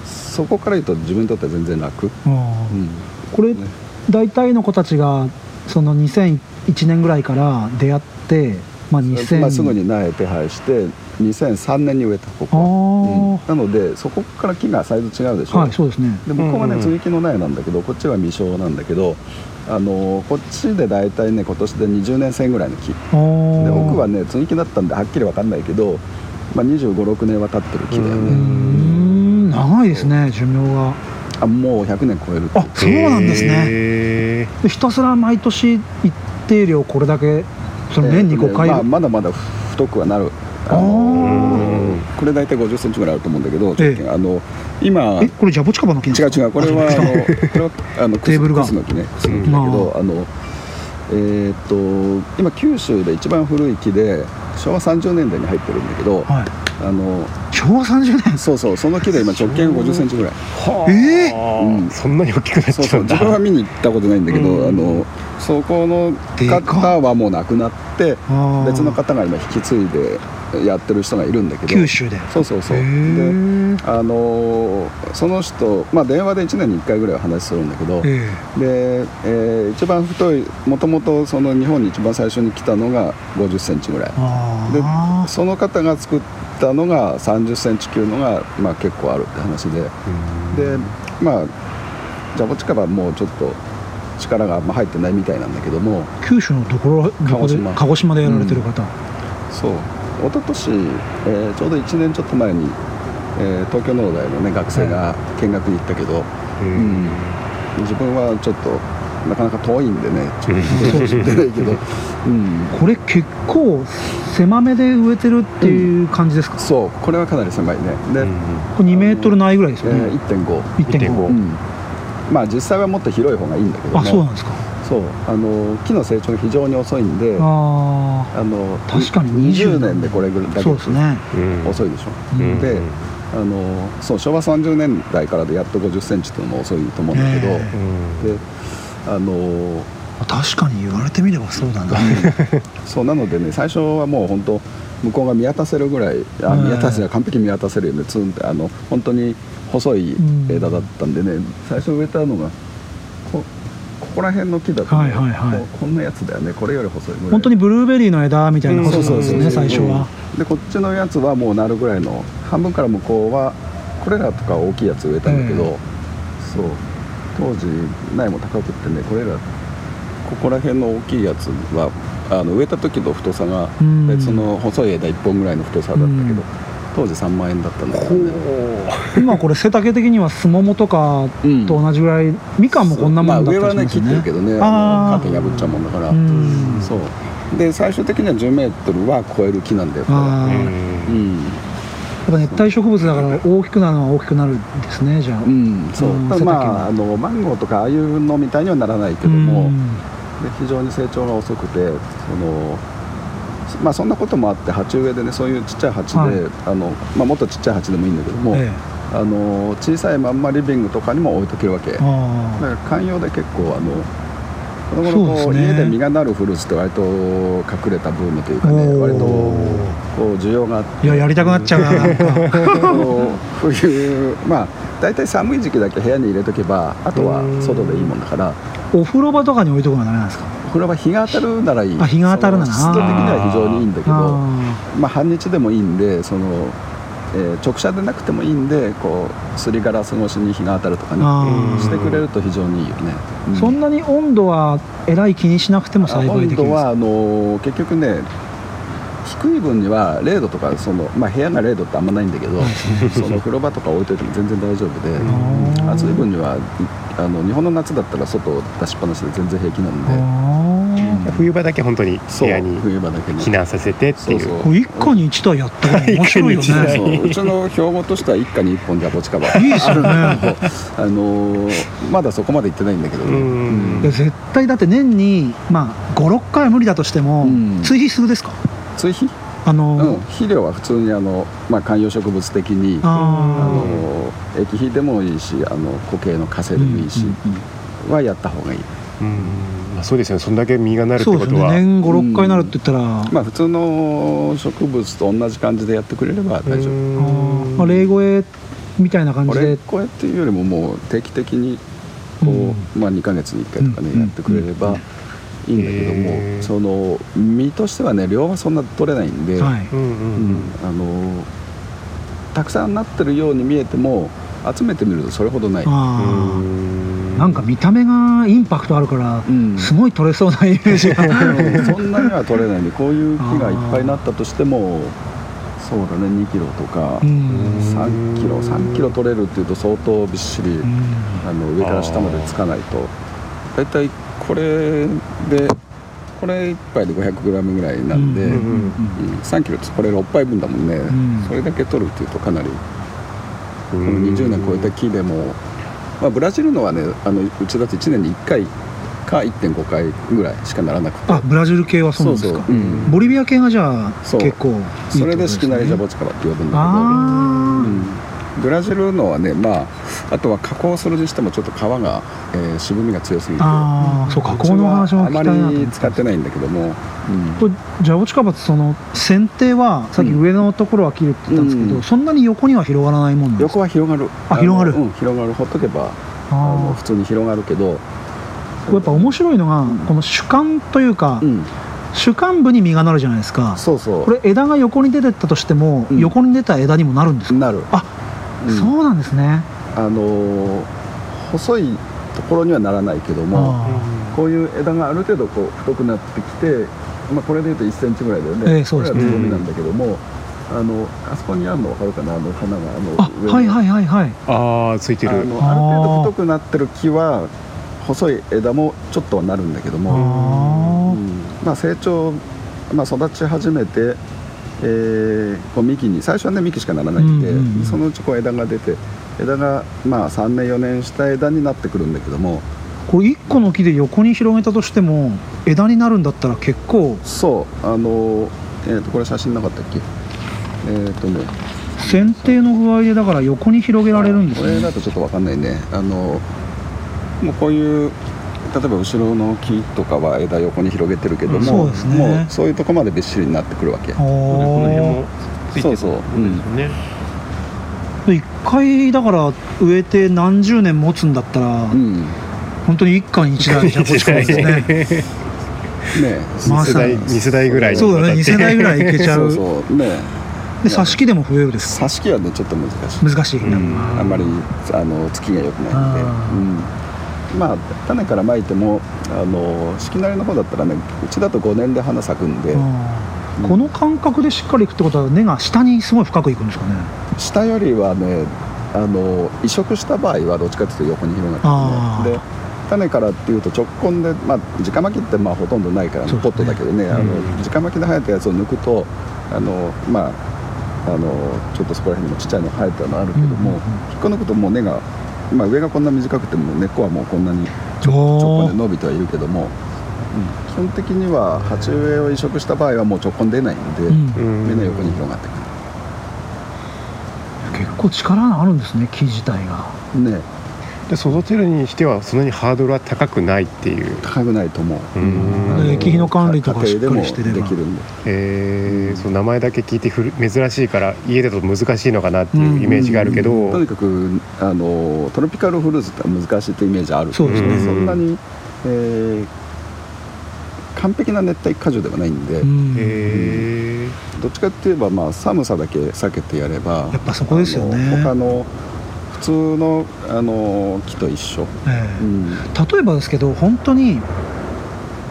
S2: そこから言うと自分にとっては全然楽、
S3: ーあ
S2: う
S3: ー
S2: ん
S3: これ
S2: ね
S3: 大体の子たちがその2001年ぐらいから出会ってまあ2000、
S2: まあ、すぐに苗手配して2003年に植えたこ
S3: ああ、
S2: こ、うんなのでそこから木がサイズ違うでしょ、
S3: はいそうですね
S2: で向こうは
S4: うんうん
S2: ね接ぎ木の苗なんだけどこっちは未生なんだけどあのこっちで大体ね今年で20年生ぐらいの木で
S3: あー
S2: 奥はね接ぎ木だったんではっきり分かんないけど、まあ、2 5 6年は経ってる木だよ
S3: うー
S2: ね
S3: ん長いですね寿命が
S2: あもう100年超えるって
S3: あそうなんですね
S4: ね
S3: でひたすら毎年一定量これだけその年に5回、
S2: えーとねまあ、まだまだ太くはなるあのこれ大体5 0ンチぐらいあると思うんだけど、
S3: ええ
S2: あの今
S3: えこれジャボチカバの木です
S2: 違う
S3: か
S2: 違うこれはあのこれはあの
S3: テーブルが
S2: クスの木ねクスの木だけど、あのえーっと今九州で一番古い木で昭和30年代に入ってるんだけど
S3: はい
S2: あの
S3: 昭和30年
S2: そうそうその木で今直径5 0センチぐらい
S3: ええ
S2: うん
S4: そんなに大きくなっ
S2: そう
S4: ちゃ
S2: そううん自
S4: だ
S2: 分は見に行ったことないんだけど、あのそこの
S3: でかっ
S2: 方はもう亡くなって
S3: あー
S2: 別の方が今引き継いでやってる人がいるんだけど
S3: 九州でへ
S2: そうそうそうで
S3: ー
S2: あのーその人、まあ、電話で1年に1回ぐらいは話するんだけど、
S3: え
S2: で、えー一番太いもともとその日本に一番最初に来たのが5 0センチぐらいで
S3: あ
S2: その方が作ったのが3 0センチ級のが、まあ、結構あるって話ででまあジャボチカバもうちょっと力があんま入ってないみたいなんだけども
S3: あ九州のどこらどこで
S2: 鹿児島
S3: 鹿児島でやられてる方、
S2: そう一昨年、えーちょうど1年ちょっと前に、えー東京農大の、ね、学生が見学に行ったけど、うん自分はちょっとなかなか遠いんでねちょっと知ってないけ ど、うん、
S3: これ結構狭めで植えてるっていう感じですか、
S2: そうこれはかなり狭いねで、
S3: これ2メートルないぐらいです
S2: え
S3: よね
S2: ー、1.5、
S3: 1.5、
S2: うんまあ実際はもっと広い方がいいんだけども
S3: あそうなんですか
S2: そうあの木の成長が非常に遅いんで
S3: あ
S2: あの
S3: 確かに
S2: 20
S3: 20
S2: 年でこれぐらいだ
S3: あ
S2: け
S3: そうですね
S2: 遅いでしょ、
S3: うん
S2: であのそう昭和30年代からでやっと5 0センチっていうのも遅いと思うんだけど、
S3: え
S2: であの
S3: 確かに言われてみればそうだな
S2: そうなのでね最初はもう本当向こうが見渡せるぐらいあ
S3: うん
S2: 見渡せ完璧に見渡せるよねツンってあの本当に細い
S3: うん
S2: 枝だったんでね、最初植えたのがこここら辺の木だと、
S3: はいはいはい
S2: ここんなやつだよねこれより細いぐらい
S3: 本当にブルーベリーの枝みたいな
S2: そ
S3: こ
S2: うそ
S3: と
S2: う
S3: なん
S2: そう
S3: です
S2: そう、
S3: ね最初は、
S2: うんでこっちのやつはもうなるぐらいの半分から向こうはこれらとか大きいやつ植えたんだけど、
S3: うん
S2: そう当時苗も高くってねこれらここら辺の大きいやつはあの植えた時の太さが
S3: うん
S2: 別の細い枝1本ぐらいの太さだった
S3: う
S2: け
S3: ん
S2: ど当時3万円だったんだよね
S3: 今これ背丈的にはスモモとか
S2: うん
S3: と同じぐらいみかんもこんなもんだ
S2: まあ、
S3: っ
S2: 上
S3: たり
S2: は
S3: し
S2: ね
S3: ますよ
S2: 切って
S3: ね
S2: るけどね
S3: あー
S2: あのカーテン破っちゃうもんだから
S3: うん
S2: そうで最終的には1 0メートルは超える木なんだよこれ
S3: ああや
S2: うん
S3: っぱ熱帯植物だから大きくなるのは大きくなるんですねじゃあ
S2: うんそう
S3: うん
S2: た
S3: 背丈
S2: だ
S3: も
S2: まああのマンゴーとかああいうのみたいにはならないけども、で非常に成長が遅くてその、まあ、そんなこともあって鉢植えでねそういうちっちゃい鉢で、
S3: はい
S2: あのまあ、もっとちっちゃい鉢でもいいんだけども、
S3: ええ
S2: あの小さいまんまリビングとかにも置いとけるわけだか
S3: ああ
S2: ら観葉で結構あの子供の
S3: そ
S2: こ
S3: う
S2: う
S3: ですね
S2: 家で実がなるフルーツって割と隠れたブームというかね
S3: おー
S2: 割とこう需 要があって
S3: いややりたくなっちゃうななんか
S2: そういうまあ大体寒い時期だけ部屋に入れとけばあとは外でいいもんだから
S3: お風呂場とかに置いとくのはダメなんですか
S2: これは日が当たるならいい
S3: あ日が当たるなら
S2: その湿度的には非常にいいんだけど
S3: あ
S2: まあ、半日でもいいんでその、えー直射でなくてもいいんでこうすりガラス越しに日が当たるとかね
S3: あ
S2: してくれると非常にいいよね、う
S3: あそんなに温度はえらい気にしなくても
S2: あ
S3: 栽培で
S2: 温
S3: きるん
S2: 度
S3: ですか
S2: はあのー結局ね低い分には0度とかその、まあ、部屋が0度ってあんまないんだけど その風呂場とか置いといても全然大丈夫で
S3: あー
S2: 暑い分にはいあの日本の夏だったら外出しっぱなしで全然平気なんで、
S3: あ
S4: 冬場だけ本当に
S2: そ
S4: 部
S2: う
S4: 屋に
S2: 冬場だけに
S4: 避難させてっていう
S2: そう
S3: あこれ一家に一台やったら面白いよ
S4: 一家に一台
S3: ね
S2: そううちの標語としては一家に一本じゃ墓地 カバ
S3: い
S2: ー
S3: いですよね
S2: あのーまだそこまで行ってないんだけど
S4: う
S2: ね
S3: いや
S4: ん
S3: 絶対だって年に、まあ、56回は無理だとしても、
S2: うん
S3: 追肥するですか
S2: 追肥、
S3: あ
S2: うん
S3: の、
S2: 肥料は普通にあの、まあ、観葉植物的にあ
S3: あ
S2: のー液肥でもいいしあの固形の化成
S3: ー
S2: でもいいし、
S3: うんうん
S2: はやった方がいい
S4: うんまあそうですよねそんだけ実がなるって
S3: そう
S4: こ
S3: です
S4: と
S3: よ
S4: は
S3: ね年56回になるって言ったら、
S2: まあ普通の植物と同じ感じでやってくれれば大
S3: あ
S2: 丈夫
S3: ーまあ、例越えみたいな感
S2: こ
S3: じ
S2: れ
S3: で
S2: こうやっていうよりももう定期的にこう、まあ、2ヶ月に1回とかね、
S3: うん
S2: やってくれればいいんだけども、
S4: へー
S2: その実としてはね量はそんな取れないんで、
S3: はい、
S4: うんう
S2: う
S4: う
S2: ん
S4: ん
S2: んあのたくさんなってるように見えても集めてみるとそれほどない。
S3: あーなんか見た目がインパクトあるから、
S2: うん
S3: すごい取れそうなイメージが
S2: うん そんなには取れないんでこういう木がいっぱいなったとしてもそうだね2キロとか
S3: うん
S2: 3キロ3キロ取れるっていうと相当びっしり
S3: うん
S2: あの上から下までつかないと大体これでこれ1杯で 500g ぐらいなんで、
S3: う
S2: うんん3キロってこれ6杯分だもんね、
S3: ん
S2: それだけ取るっていうとかなり
S4: う
S2: この
S4: ん
S2: 20年超えた木でも、まあ、ブラジルのはねあのうちだって1年に1回か1.5回ぐらいしかならなくて
S3: あブラジル系はそうなんですか
S2: うん
S3: ボリビア系がじゃあ
S2: そう
S3: 結構いいってことすね
S2: それで「しきなりジャボチカバ」って呼ぶんだけど。
S3: あ
S2: うんブラジルのはね、まあ、あとは加工するにしてもちょっと皮が、えー渋みが強すぎ
S3: ー
S2: て
S3: あーそう加工の話も聞きたいなと思っ
S2: うちはあまり
S3: て
S2: 使ってないんだけども、うん
S3: これジャボチカバってその剪定はさっき
S2: うん
S3: 上のところは切るって言ったんですけど、
S2: うん
S3: そんなに横には広がらないもんなんです
S2: 横
S3: か
S2: は広がる
S3: あ
S2: の
S3: 広がる
S2: うん、広がるほっとけばあの
S3: あ
S2: 普通に広がるけど
S3: ーこれやっぱ面白いのが、
S2: ん
S3: この主幹というか、
S2: うん
S3: 主幹部に実がなるじゃないですか
S2: そうそう
S3: これ枝が横に出てったとしても、
S2: うん
S3: 横に出た枝にもなるんですか、
S2: なる
S3: あ
S2: うん
S3: そうなんですね
S2: あのー細いところにはならないけども
S3: あ
S2: こういう枝がある程度こう太くなってきて、まあ、これでいうと1センチぐらいだよ
S3: え
S2: ね、
S3: えそうですね
S2: これはつぼみなんだけども、あのあそこにあるの分かるかなあの花があの
S3: ーあはいはいいはいはい
S4: ああついて
S2: あ
S4: る
S2: のある程度太くなってる木は細い枝もちょっとはなるんだけど
S3: ああ
S2: も、うんまあ、成長、まあ、育ち始めて、えーこう幹に最初はね幹しかならないんで、
S3: うんうんうん
S2: そのうちこう枝が出て枝がまあ3年4年した枝になってくるんだけども
S3: これ1個の木で横に広げたとしても枝になるんだったら結構
S2: そうあの、えー、とこれ写真なかったっけえっ、とね
S3: 剪定の具合でだから横に広げられるんです
S2: これ
S3: ね
S2: だとちょっと分かんないねあのもうこういう例えば後ろの木とかは枝横に広げてるけども、
S3: うんそうですね
S2: もうそういうとこまでびっしりになってくるわけ
S3: あ
S4: この辺も
S3: ー
S4: ついて
S2: そ
S4: る
S2: うそう、うん、
S4: ね
S3: 一回だから植えて何十年持つんだったら、
S2: うん
S3: 本当に一家に一台じゃこちかですね
S2: ね
S3: ま
S4: 二世
S3: さ
S4: 代
S3: に
S4: 二世代ぐらいに
S3: そうだね2世代ぐらいいけちゃ
S2: そううそうね
S3: で挿し木でも増えるです
S2: 挿し木はねちょっと難しい
S3: 難しい、
S4: うん
S2: あんまりあの月が良くないんで、
S3: あー
S2: うんまあ種からまいてもあの四季なりの方だったらねうちだと5年で花咲くんで、
S3: あーこの感覚でしっかりいくってことは根が下にすごい深くいくんですかね
S2: 下よりはねあの移植した場合はどっちかというと横に広がってるねで種からっていうと直根で、まあ、直巻きってまあほとんどないから、
S3: そうです
S2: ポ
S3: ね
S2: ットだけどね、あの
S4: うん
S2: 直巻きで生えたやつを抜くとあのまああのちょっとそこら辺にもちっちゃいの生えたのあるけども、
S3: うんうんうん
S2: 引っこ抜くともう根が、まあ、上がこんな短くても根っこはもうこんなに直
S3: お
S2: 根で伸びてはいるけども、うん基本的には鉢植えを移植した場合はもう直根出ないんで、
S3: うん
S2: みんな
S4: うん
S2: 横に広がってくる。
S3: 結構力があるんですね木自体が
S2: ね
S4: で育てるにしてはそんなにハードルは高くないっていう
S2: 高くないと思う。
S4: う
S2: あ
S4: ん
S2: の
S3: えー木肥の管理とかしっかりしてれば
S2: 家庭でもできるんで
S4: えーそう名前だけ聞いてふる珍しいから家だと難しいのかなっていうイメージがあるけど、
S2: とにかくあのトロピカルフルーツって難しいってイメージある
S3: そうです
S4: ね
S2: そんなに、えー完璧な熱帯果樹ではないんで、
S3: うん
S4: へー
S2: どっちかって言えば、まあ、寒さだけ避けてやれば
S3: やっぱそこですよね
S2: あの他の普通のあの木と一緒、
S3: ええ
S2: うん、
S3: 例えばですけど本当に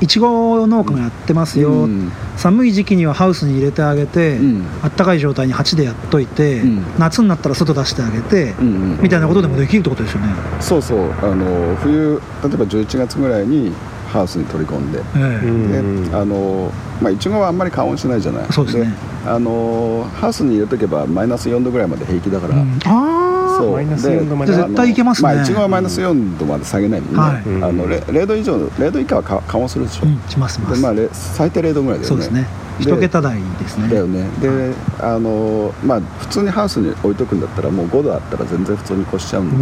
S3: いちご農家がやってますよ、
S2: うん
S3: 寒い時期にはハウスに入れてあげて、
S2: うん
S3: あったかい状態に鉢でやっといて、
S2: うん
S3: 夏になったら外出してあげて、
S2: うんうん
S3: みたいなことでもできるってことですよね、
S2: そうそうあの冬例えば11月ぐらいにハウスに取り込んで
S3: ええ
S4: うん
S2: で
S4: うん
S2: あのまあいちごはあんまり加温しないじゃない
S3: そうですね
S2: あのハウスに入れとけばマイナス4度ぐらいまで平気だから、
S3: うんああ
S2: そう
S4: マイナス4度ま
S3: で
S4: で
S3: じゃあ
S2: あの
S3: 絶対いけますね
S2: まあいちごはマイナス4度まで下げないもんね、
S3: はい
S2: あのれ0度以上0度以下はか加温するでしょ、
S3: うんしますしま、
S2: ですまあれ最低0度ぐらいだよね
S3: そうですね
S2: で
S3: 一桁台ですね
S2: だよねであのまあ普通にハウスに置いとくんだったらもう5度あったら全然普通に越しちゃうん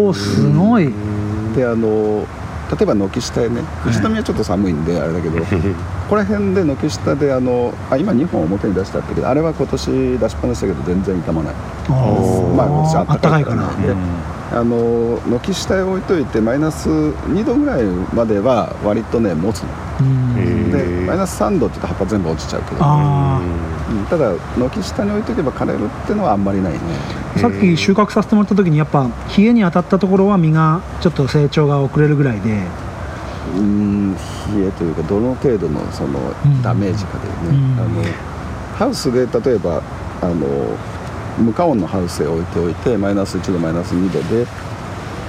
S2: で、
S3: おおすごい、
S2: であの例えば軒下へね藤波はちょっと寒いんであれだけど、ここら辺で軒下であのあ今2本表に出してあったけどあれは今年出しっぱなしだけど全然傷まない
S3: おー
S2: まあこっち
S3: あったかいか
S2: あ
S3: ら
S2: ったかいあの軒下へ置いといてマイナス2度ぐらいまでは割とね持つの
S3: うん
S4: へ
S2: で
S4: ー
S2: マイナス3度って言うと葉っぱ全部落ちちゃうけど
S3: ああ
S2: うんただ軒下に置いとけば枯れるってのはあんまりないね
S3: さっき収穫させてもらった時にやっぱ冷えに当たったところは実がちょっと成長が遅れるぐらいで、
S2: うん冷えというかどの程度のその
S3: うん
S2: ダメージかだよね、
S3: うん
S2: あのハウスで例えばあの無加温のハウスへ置いておいてマイナス1度マイナス2度で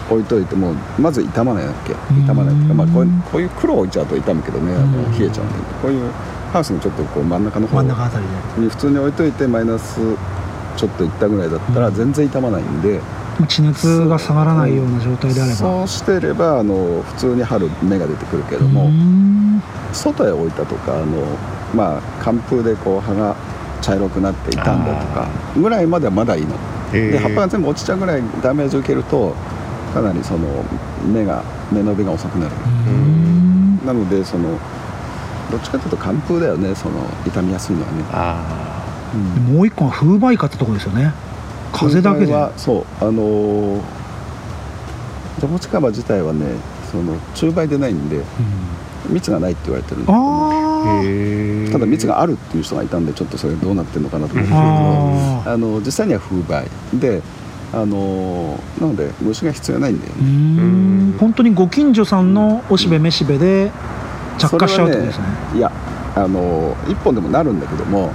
S2: 置いといてもまず傷まないわけ
S3: ん
S2: 傷まないっていうか、まあ、こういうこういう黒を置いちゃうと傷むけどねあの
S3: うん
S2: 冷えちゃうんでこういうハウスのちょっとこう真ん中の方
S3: 真ん中あたりで
S2: に普通に置いといてマイナスちょっといったぐらいだったら全然傷まないんで、
S3: まあ地熱が下がらないような状態であれば
S2: そうしてればあの普通に春芽が出てくるけども、
S3: ん
S2: 外へ置いたとかあの、まあ、寒風でこう葉が茶色くなっていたんだとかぐらいまではまだいいの、で葉っぱが全部落ちちゃうぐらいダメージを受けるとかなりその根が根のびが遅くなる、なのでそのどっちかというと寒風だよねその傷みやすいのはね、
S4: あ
S2: うん
S3: でもう一個が風媒化ってとこですよね風だけ
S2: これ
S3: で
S2: はそうあのージャボチカバ自体はねその中梅でないんで蜜がないって言われてるんだけども
S3: あー
S4: ー
S2: ただ蜜があるっていう人がいたんでちょっとそれどうなってるのかなと思うんですけ
S3: あ
S2: どあの実際には風媒であのーなので虫が必要ないんだよ
S3: ーう
S2: ね
S3: ん本当にご近所さんのおしべめしべで着火しちゃうってことですね
S2: いやあのー一本でもなるんだけども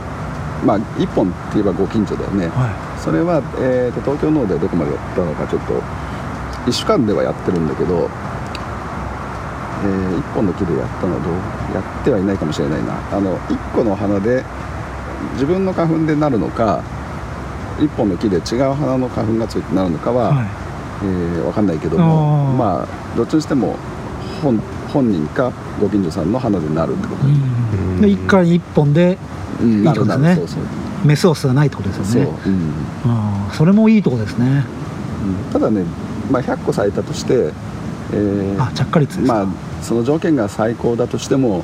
S2: まあ一本って言えばご近所だよね
S3: は
S2: それは、えー、と東京農でどこまでやったのかちょっと1週間ではやってるんだけど、え1本の木でやったのはどうやってはいないかもしれないなあの1個の花で自分の花粉でなるのか1本の木で違う花の花粉がついてなるのか
S3: い
S2: は、
S3: はい
S2: えーわかんないけども
S3: あー
S2: まあどっちにしても本本人かご近所さんの花でなるってこと、
S3: うんで一回に一本で
S2: うん
S3: いいことですね
S2: なるなるそう
S3: メスオスがないってことです
S2: そう
S3: よね
S2: そう、うん
S3: あーそれもいいとこですね
S2: うんただね、まあ、100個咲いたとして、えー
S3: あ着火率ですか
S2: まあ、その条件が最高だとしても、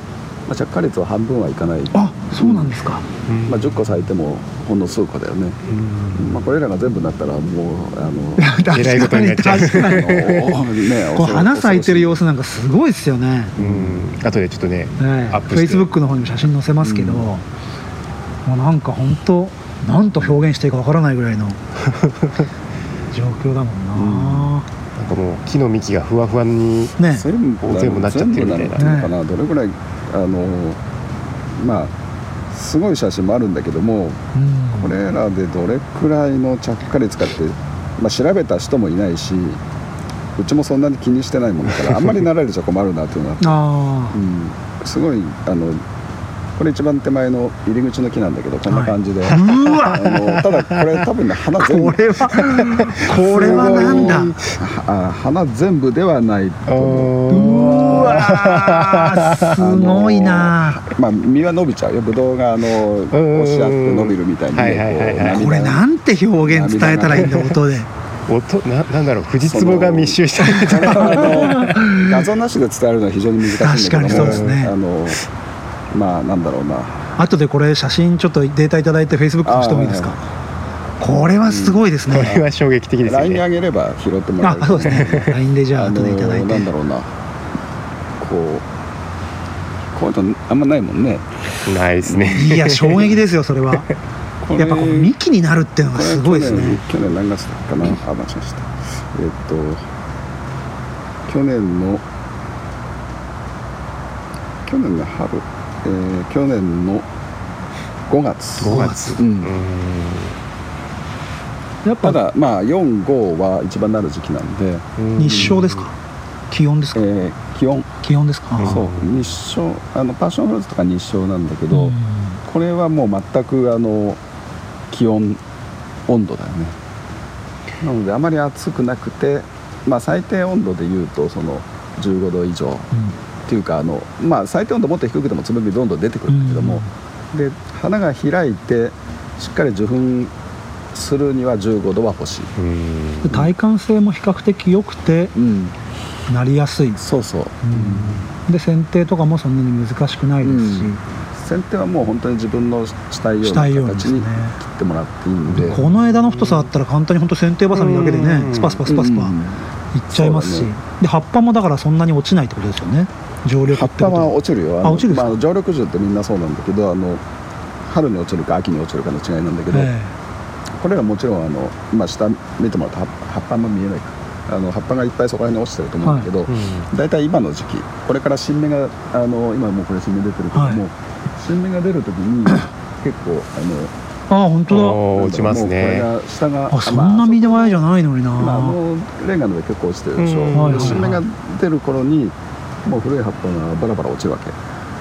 S2: まあ、着火率は半分はいかない、
S3: あそうなんですか
S2: まあ、10個咲いてもほんの数個だよね、まあ、これらが全部なったらもう あの
S3: 確か
S4: えらいことになっちゃう
S3: 確かに
S2: おーね
S3: こう花咲いてる様
S2: 子
S3: 子なんかすごいですよね
S4: うんあとでちょっとね
S3: フ
S4: アップ
S3: ェイ
S4: して
S3: スブックの方にも写真載せますけど、
S2: うん
S3: もうなんか本当なんと表現していいかわからないぐらいの状況だもんな、
S4: ななんかもう木の幹がふわふわに
S3: ね
S2: 全部
S4: 全部なっちゃってるみたいな
S2: 全部なってるのかな、どれぐらいあのまあすごい写真もあるんだけども
S3: うん、
S2: これらでどれくらいの着火率かって、まあ、調べた人もいないしうちもそんなに気にしてないもんだからあんまりなられちゃ困るなってい うのは
S3: あ
S2: うん、すごいあのこれ一番手前の入り口の木なんだけどこんな感じで、
S3: あうわ
S2: あのただこれ多分ね花全部
S3: これはこれはなんだ
S2: あ花全部ではないと思う
S3: うわーすごいな
S2: まあ、実は伸びちゃうよぶどうがあの
S4: ん
S2: 押し合って伸びるみたいにね
S4: はいはいはいはい
S2: こう
S3: これなんて表現伝えたらいいんだ音で
S4: 音ななんだろう藤壺が密集してる みたいな
S2: あの画像なしで伝えるのは非常に難しいんだ
S3: 確か
S2: けども
S3: にそうですね
S2: あのまあなんだろうな
S3: 後でこれ写真ちょっとデータいただいてフェイスブックにしてもいいですかこれはすごいです
S4: こ
S3: ね
S4: れは衝撃的ですよ
S2: LINE に
S4: ね
S2: あげれば拾ってもら
S3: あ
S2: える
S3: そうですね LINE でじゃあ
S2: あ
S3: 後
S2: の
S3: でいただい
S2: なんだ
S3: て
S2: ろうなこうこういうのあんまないもんね
S4: ないですね
S3: いや衝撃ですよそれは
S2: これ
S3: やっぱこう幹になるっていうのがすごいですね
S2: これ去年去年何月だったかなあ間違えましたえっと去年の去年の春、えー去年の5月
S4: 5月
S2: うん
S4: う
S3: やったぱ
S2: だまあ45は一番なる時期なんで、
S4: ん
S3: 日照ですか気温です
S2: え
S3: か
S2: ー気温
S3: 気温ですか
S2: そう日照あのパッションフルーツとか日照なんだけど、
S3: うん
S2: これはもう全くあの気温温度だよねなのであまり暑くなくて、まあ、最低温度でいうとその15度以上っていうかあの、まあ、最低温度もっと低くてもつぶみどんどん出てくるんだけども、で花が開いてしっかり受粉するには15度は欲しい、
S4: うん
S3: で耐寒性も比較的良くて
S2: うん、
S3: なりやすいんです
S2: そうそう
S3: で剪定とかもそんなに難しくないですし、
S2: うん剪定はもう本当に自分のしたいよう
S3: した
S2: ない
S3: ようにで
S2: 形
S3: す
S2: に
S3: ね
S2: 切ってもらっていいんで
S3: この枝の太さあったら簡単に本当剪定バサミだけで
S4: う
S3: ね
S4: ん
S3: スパスパスパスパいっ
S2: うん
S3: ちゃいますし、
S2: そうだね
S3: で葉っぱもだからそんなに落ちないってことですよね常緑って
S2: 葉
S3: こ
S2: っぱ
S3: と
S2: は落ちるよ
S3: あ落ちるんですか
S2: まあ、常緑樹ってみんなそうなんだけどあの春に落ちるか秋に落ちるかの違いなんだけど、
S3: え
S2: これらもちろんあの今下見てもらった葉葉っぱも見えないあの葉っぱがいっぱいそこら辺に落ちてると思うんだけど、大体今の時期これから新芽があの今もうこれ新芽出てるけども、
S3: はい
S2: 新芽が出る時 に結構あの
S3: えああ本当
S4: おー
S2: なんだろう
S4: 落ちます
S2: も
S4: ね
S2: うこれが下が
S3: だあそんな
S2: まあ
S3: 身で前じゃないのにな、
S2: まあ、もうレンガの上結構落ちてるでしょ、
S4: うんはい
S3: はいはい
S2: 新芽が出る頃にもう古い葉っぱがバラバラ落ちるわけ、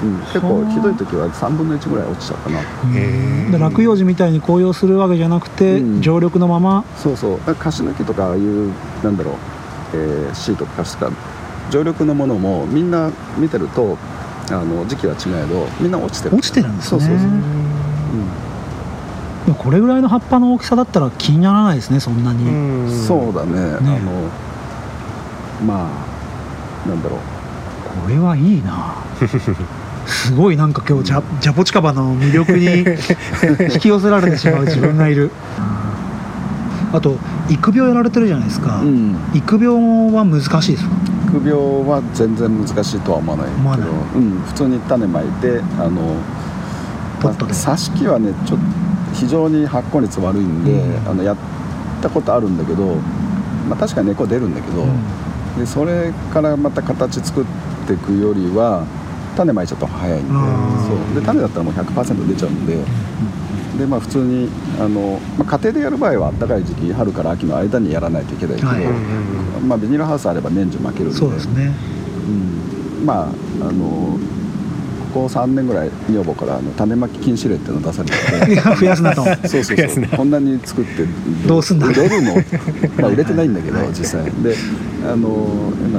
S2: うん、結構ひどい時は3分の1ぐらい落ちちゃうかな
S3: うん
S4: へえ
S3: で落葉樹みたいに紅葉するわけじゃなくて、
S2: うん
S3: 常緑のまま
S2: そうそうだから樫の木とかああいうなんだろう、えー、シートとか樫とか常緑のものもみんな見てるとあの時期は違えどみんな落ちてる
S3: 落ちてるんですね
S2: そうそうそう、うん
S3: でもこれぐらいの葉っぱの大きさだったら気にならないですねそんなに、
S2: そうだねあ
S3: ね
S2: のまあなんだろう
S3: これはいいなすごいなんか今日ジャジャポチカバの魅力 に引き寄せられてしまう自分がいるあと育苗やられてるじゃないですか、
S2: うん
S3: 育苗は難しいですか
S2: 育苗は全然難しいとは思わないけど
S3: 思わない
S2: うん、普通に種まいてあの
S3: ポットで
S2: 挿し木はねちょっと非常に発根率悪いんで、
S3: うん
S2: あのやったことあるんだけど、まあ、確かに根っこ出るんだけど、でそれからまた形作っていくよりは種まいちゃった方が早いんで
S3: うん
S2: そうで種だったらもう100%出ちゃうんで。でまあ、普通にあの、まあ、家庭でやる場合は暖かい時期春から秋の間にやらないといけないけど、
S3: はい
S2: まあ、ビニールハウスあれば年中巻けるんで
S3: そうです ね
S2: うんまああのここ3年ぐらい女房からあの種まき禁止令っていうの出されて
S3: いや増やすなと
S2: そうそう
S4: 悔し
S2: そ
S4: いうな
S2: こんなに作って
S3: どうすんだ
S2: 売れるの、まあ、売れてないんだけど実際であの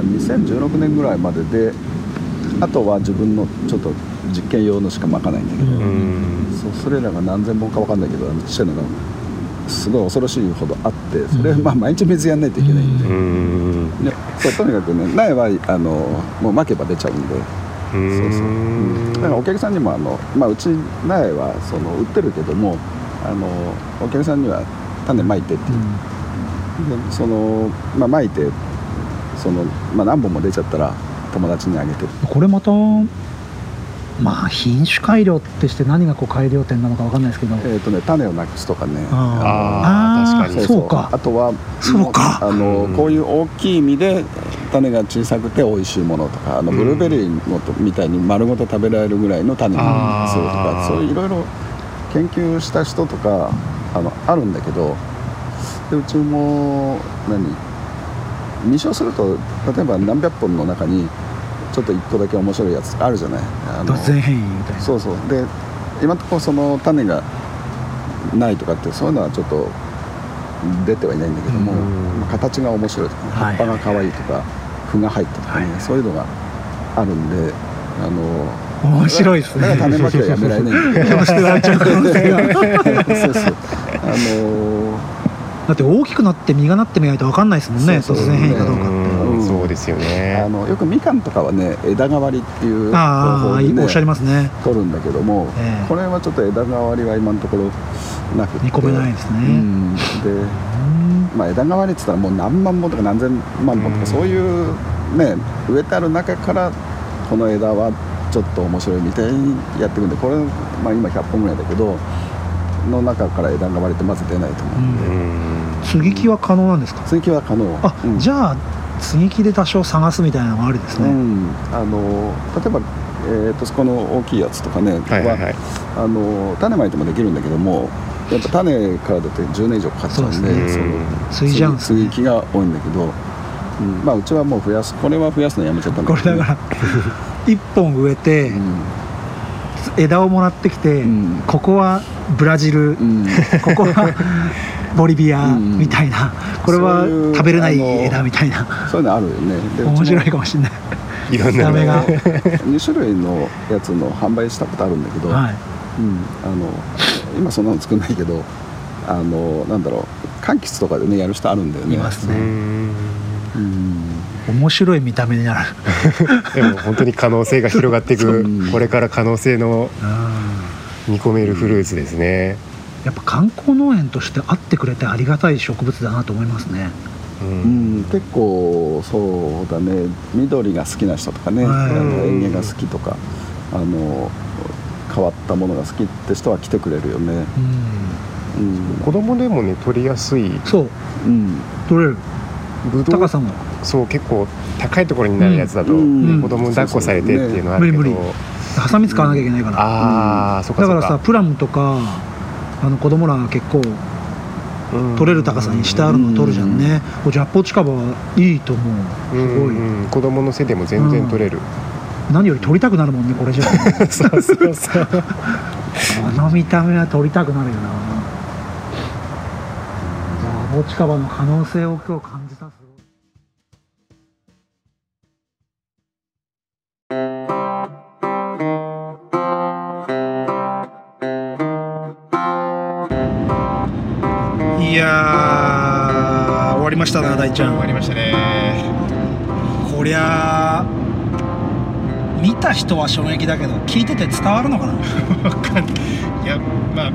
S2: 今2016年ぐらいまでであとは自分のちょっと実験用のしかまかないんだけど、
S4: うん
S2: そうそれらが何千本か分かんないけどあのちっちゃいのがすごい恐ろしいほどあってそれ、まあ、毎日水やんないといけないんで、
S4: うん
S2: ねそうとにかくね苗はあのもう巻けば出ちゃうんで。そうそう、うんだからお客さんにもあの、まあ、うち苗はその売ってるけどもあのお客さんには種まいてっていう、でその、まあ、まいてその、まあ、何本も出ちゃったら友達にあげて
S3: これまた
S5: まあ品種改良ってして何がこう改良点なのかわかんないですけど、
S2: えっ、とね種をなくすとかね
S5: ああ
S6: あー
S5: ー
S6: 確かに
S5: そうか
S2: あとは
S5: そうか
S2: あの、
S6: うん
S2: こういう大きい実で種が小さくて美味しいものとかあの
S6: うん
S2: ブルーベリーのとみたいに丸ごと食べられるぐらいの種に
S6: あー
S2: するとかそういういろいろ研究した人とかあのあるんだけどでうちも何認証すると例えば何百本の中にちょっと1個だけ面白いやつあるじゃない。あの
S5: 突然変異みたいな
S2: そうそうで今のところその種がないとかってそういうのはちょっと出てはいないんだけども、
S6: うん
S2: まあ形が面白いとか、ね
S5: はい
S2: 葉っぱが可愛いとか符が入ったとかね、
S5: はい
S2: そういうのがあるんで あの
S5: 面白いです
S2: だ
S5: ね
S2: から種まきはやめられない んだけ
S5: そして終わっちゃう可能性が
S2: ど そうそうあの
S5: だって大きくなって実がなってみないとわかんないですもんね
S2: そうそう
S5: 突然変異かどうかって
S6: うん
S2: うん
S6: そうですよ
S2: あ
S6: ね
S2: のよくみかんとかはね枝代わりっていう方
S5: あ
S2: 法
S5: あ、
S2: で、ね、
S5: おっしゃいますね
S2: 取るんだけども、
S5: ええ
S2: これはちょっと枝代わりは今のところなくて
S5: 見込めないですね、
S2: うんで
S5: うん
S2: まあ、枝代わりって言ったらもう何万本とか何千万本と
S6: う
S2: か
S6: ん
S2: そういうね植えてある中からこの枝はちょっと面白いみたいにやっていくんでこれ、まあ、今100本ぐらいだけどの中から枝代わりってまず出ないと思う、
S6: うん
S5: 接ぎ木は可能なんですか
S2: 接ぎ木は可能
S5: あ、
S2: うん
S5: じゃあ接ぎ木で多少探すみたいなのもありです
S2: う
S5: ね、
S2: ん、あの例えば、えー、とそこの大きいやつとかね、
S6: はいはいはい
S2: あの種まいてもできるんだけどもやっぱ種からだって10年以上かかっちゃうんで
S5: そうですね
S2: その
S5: 水ジャンス、
S2: 接ぎ
S5: ね、
S2: 木が多いんだけど、うんまあうちはもう増やすこれは増やすのやめちゃったんだ
S5: こ
S2: け
S5: れ
S2: ど
S5: だ
S2: ね、
S5: から1本植えて枝をもらってきて、
S2: うん
S5: ここはブラジル、
S2: うん、うん
S5: ここ はボリビア
S2: うん
S5: みたいな、これは
S2: そういう
S5: 食べれない
S2: あの
S5: 枝みたいな
S2: そういうのあるよねで
S5: 面白い
S2: か
S5: かもしれない
S6: いろんな
S5: ダ
S6: の
S5: メが
S2: 2種類のやつの販売したことあるんだけど、
S5: はい
S2: うん、あの今そんなの作んないけどあのなんだろう柑橘とかでねやる人あるんだよね
S5: います
S6: う
S5: ね
S6: ん
S2: うん
S5: 面白い見た目になる
S6: でも本当に可能性が広がってい
S2: うん
S6: くこれから可能性の
S5: うん
S6: 見込めるフルーツですね
S5: やっぱ観光農園としてあってくれてありがたい植物だなと思いますね
S6: う
S2: うんん、結構そうだね緑が好きな人とかね、
S5: はい
S2: あの園芸が好きとかあの変わったものが好きって人は来てくれるよね、
S5: うん
S2: うん
S6: 子供でもね取りやすい
S5: そう
S2: うん
S5: 取れる
S6: ブド
S5: 高
S6: ウ
S5: さも
S6: そう結構高いところになるやつだと
S2: う
S6: ね
S2: ん
S6: 子供抱っこされてっていうのはあ
S5: 無理
S6: る
S5: 無
S6: け
S5: 理
S6: ど
S5: ハサミ使わなきゃいけないから、
S6: ああそっか
S5: だから
S6: そっ
S5: さ
S6: か
S5: プラムとかあの子供らが結構
S6: 取
S5: 取れる高さにしてあるのを取るじゃんね、これジャッポチカバはいいと思うすごい、
S6: 子供の背でも全然取れる
S5: 何より取りたくなるもんねこれじゃ
S6: そうそうそう
S5: この見た目は取りたくなるよなジャッポチカバの可能性を今日感じたすごい
S3: いやー終わりましたな大ちゃ
S4: 終わ
S3: ん
S4: りましたね
S3: こりゃあ見た人は衝撃だけど聞いてて伝わるのか な
S4: いやまあ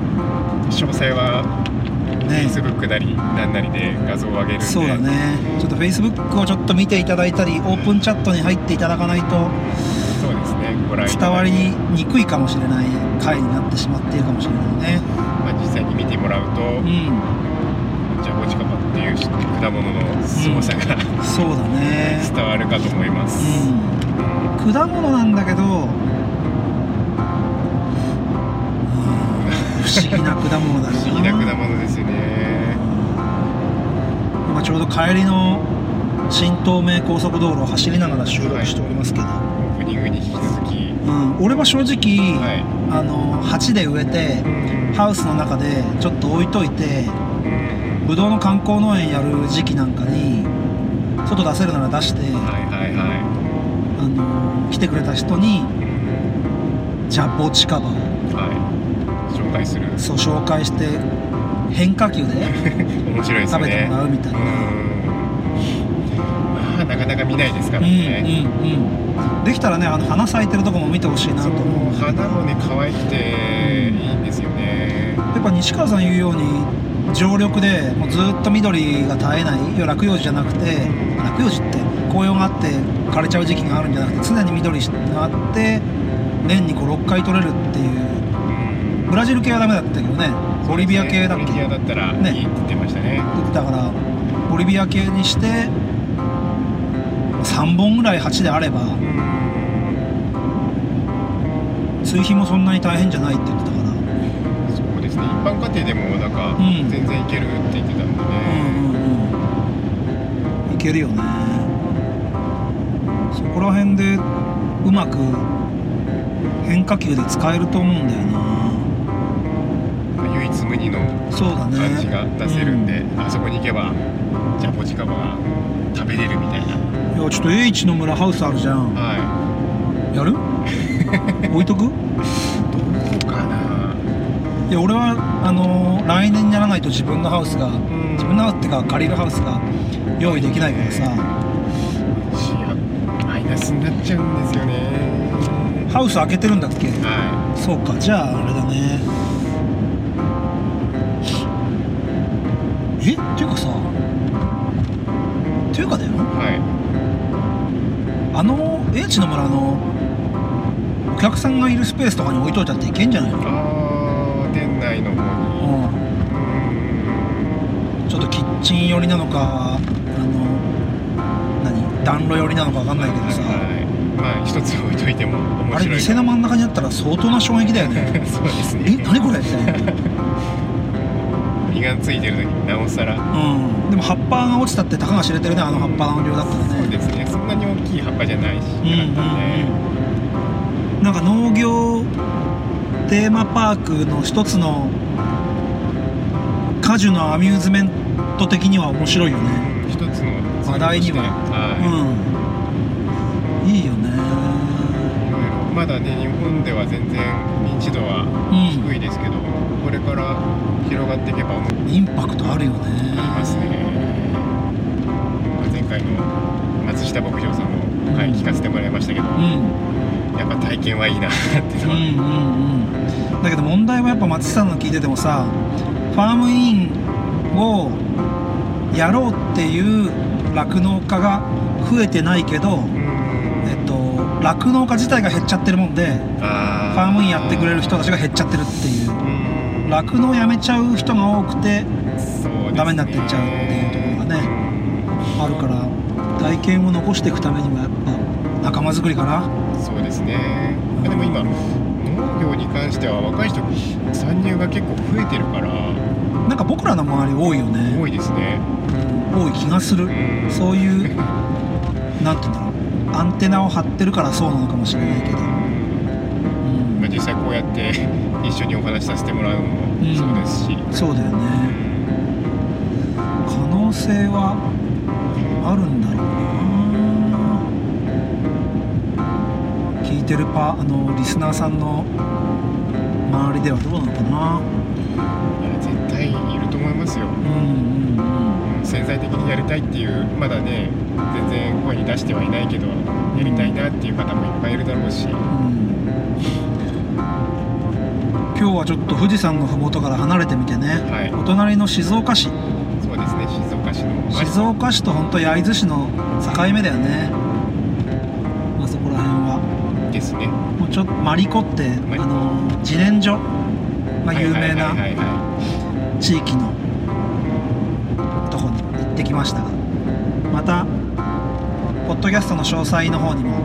S4: 詳細は
S3: ね
S4: Facebook なりなんなりで画像を上げるんで
S3: そうだねちょっと Facebook をちょっと見ていただいたりオープンチャットに入っていただかないと
S4: そうですねご覧いただ
S3: 伝わ
S4: いて
S3: りにくいかもしれない回になってしまっているかもしれないね
S4: まあ、実際に見てもらうと、
S3: うん
S4: ジャボチカバっていう果物の凄さが、
S3: そうだね
S4: 伝わるかと思います、
S3: うん果物なんだけど、うん不思議な果物だよな
S4: 不思議な果物ですよね
S3: 今ちょうど帰りの新東名高速道路を走りながら収録しておりますけど、
S4: オープニングに引き続き
S3: うん、俺は正直、
S4: はい
S3: あの鉢で植えて
S4: うん
S3: ハウスの中でちょっと置いといてぶどうの観光農園やる時期なんかに外出せるなら出して、
S4: はいはいは
S3: あの来てくれた人
S4: い
S3: に
S4: うん
S3: ジャボチカバを
S4: はい紹介する
S3: そう紹介して変化球で
S4: 面白いです
S3: 食べて
S4: ね
S3: もらうみたいな、
S4: うんまあなかなか見ないですからね、
S3: うんうんうんできたらねあの花咲いてるとこも見てほしいな
S4: そ
S3: と
S4: う
S3: 思う
S4: 花もね可愛くていいんですよね
S3: やっぱ西川さん言うように常緑でもうずっと緑が絶えない要は落葉樹じゃなくて落葉樹って紅葉があって枯れちゃう時期があるんじゃなくて常に緑があって年に56回取れるっていうブラジル系はダメだったけどねボリビア系だっけ
S4: ボリビアだったら
S3: ね
S4: いいって言ってましたね
S3: だからボリビア系にして3本ぐらい8であれば
S4: うん
S3: 追肥もそんなに大変じゃないって言ってたからう
S4: そうですね一般家庭でもなんか
S3: うん
S4: 全然いけるって言ってたんでね、
S3: んうんうんいけるよねそこら辺でうまく変化球で使えると思うんだよな
S4: 唯一無二の
S3: そうだね
S4: 感じが出せるんで、あそこに行けばジャポジカバが食べれるみたいな、
S3: いやちょっと H の村ハウスあるじゃん
S4: は
S3: や る置いとく
S4: い、どうかない
S3: や俺はあのー来年にならないと自分のハウスが
S4: ん
S3: 自分のハウスっていうか借りるハウスが用意できないからさ
S4: シがマイナスになっちゃうんですよね
S3: ハウス開けてるんだっけ
S4: は
S3: そうかじゃああれだねえっていうかさっていうかだよ
S4: いは
S3: あの英知の村のお客さんがいるスペースとかに置いといたっていけんじゃないの
S4: いあー店内の方に
S3: う
S4: うん
S3: んちょっとキッチン寄りなのかあの何暖炉寄りなのか分かんないけどさ、
S4: はいまあ一つ置いといても面
S3: あ
S4: 白い
S3: れ店の真ん中にあったら相当な衝撃だよね
S4: そうです
S3: え
S4: ね
S3: 何これって
S4: 実がついてる時になおさら
S3: うんでも葉っぱが落ちたってたかが知れてるねあの葉っぱの量だったら
S4: そう
S3: ね
S4: ですねそんなに大きい葉っぱじゃないし
S3: うんうん
S4: なかったね
S3: うんなんか農業テーマパークの一つの果樹のアミューズメント的には面白いよね
S4: うん一つの
S3: 話題には
S4: はい
S3: うんいいよね
S4: いろいろまだね日本では全然認知度は低いですけど、これから広がっていけば
S3: インパクトあるよ
S4: あります
S3: ね
S4: ね。前回の松下牧場さんの回聞かせてもらいましたけど、
S3: うん
S4: やっぱ体験はいいなっていう
S3: う
S4: の
S3: ん
S4: は、
S3: うんうんだけど問題はやっぱ松下さんの聞いててもさファームインをやろうっていう酪農家が増えてないけど
S4: うん
S3: えっと酪農家自体が減っちゃってるもんで
S4: あ
S3: ファームインやってくれる人たちが減っちゃってるっていう
S4: うん
S3: 酪農やめちゃう人が多くて
S4: そうですね
S3: ダメになってっちゃうっていうところがねあるから体験を残していくためにもやっぱ仲間づくりかな
S4: うんそうですねでも今農業に関しては若い人参入が結構増えてるから
S3: なんか僕らの周り多いよね
S4: 多いですね
S3: 多い気がする
S4: ん
S3: そういうなんて言うんだろうアンテナを張ってるからそうなのかもしれないけど、うん
S4: まあ実際こうやって 一緒にお話しさせてもらうのもそうですし、
S3: そうだよね可能性はあるんだろうな聞いてるパあのリスナーさんの周りではどうなのかな
S4: あれ絶対いると思いますよ
S3: うんうん
S4: 潜在的にやりたいっていうまだね全然声に出してはいないけどやりたいなっていう方もいっぱいいるだろうし
S3: うん今日はちょっと富士山の麓から離れてみてね、
S4: はい
S3: お隣の静岡市
S4: そうですね静岡市の
S3: 静岡市と本当焼津市の境目だよねあそこら辺は
S4: ですね
S3: もうちょっとマリコってあ
S4: リコ
S3: の自然薯が有名
S4: はいは
S3: な
S4: はい
S3: い
S4: は
S3: 地域のとこに行ってきましたがまたポッドキャストの詳細の方にも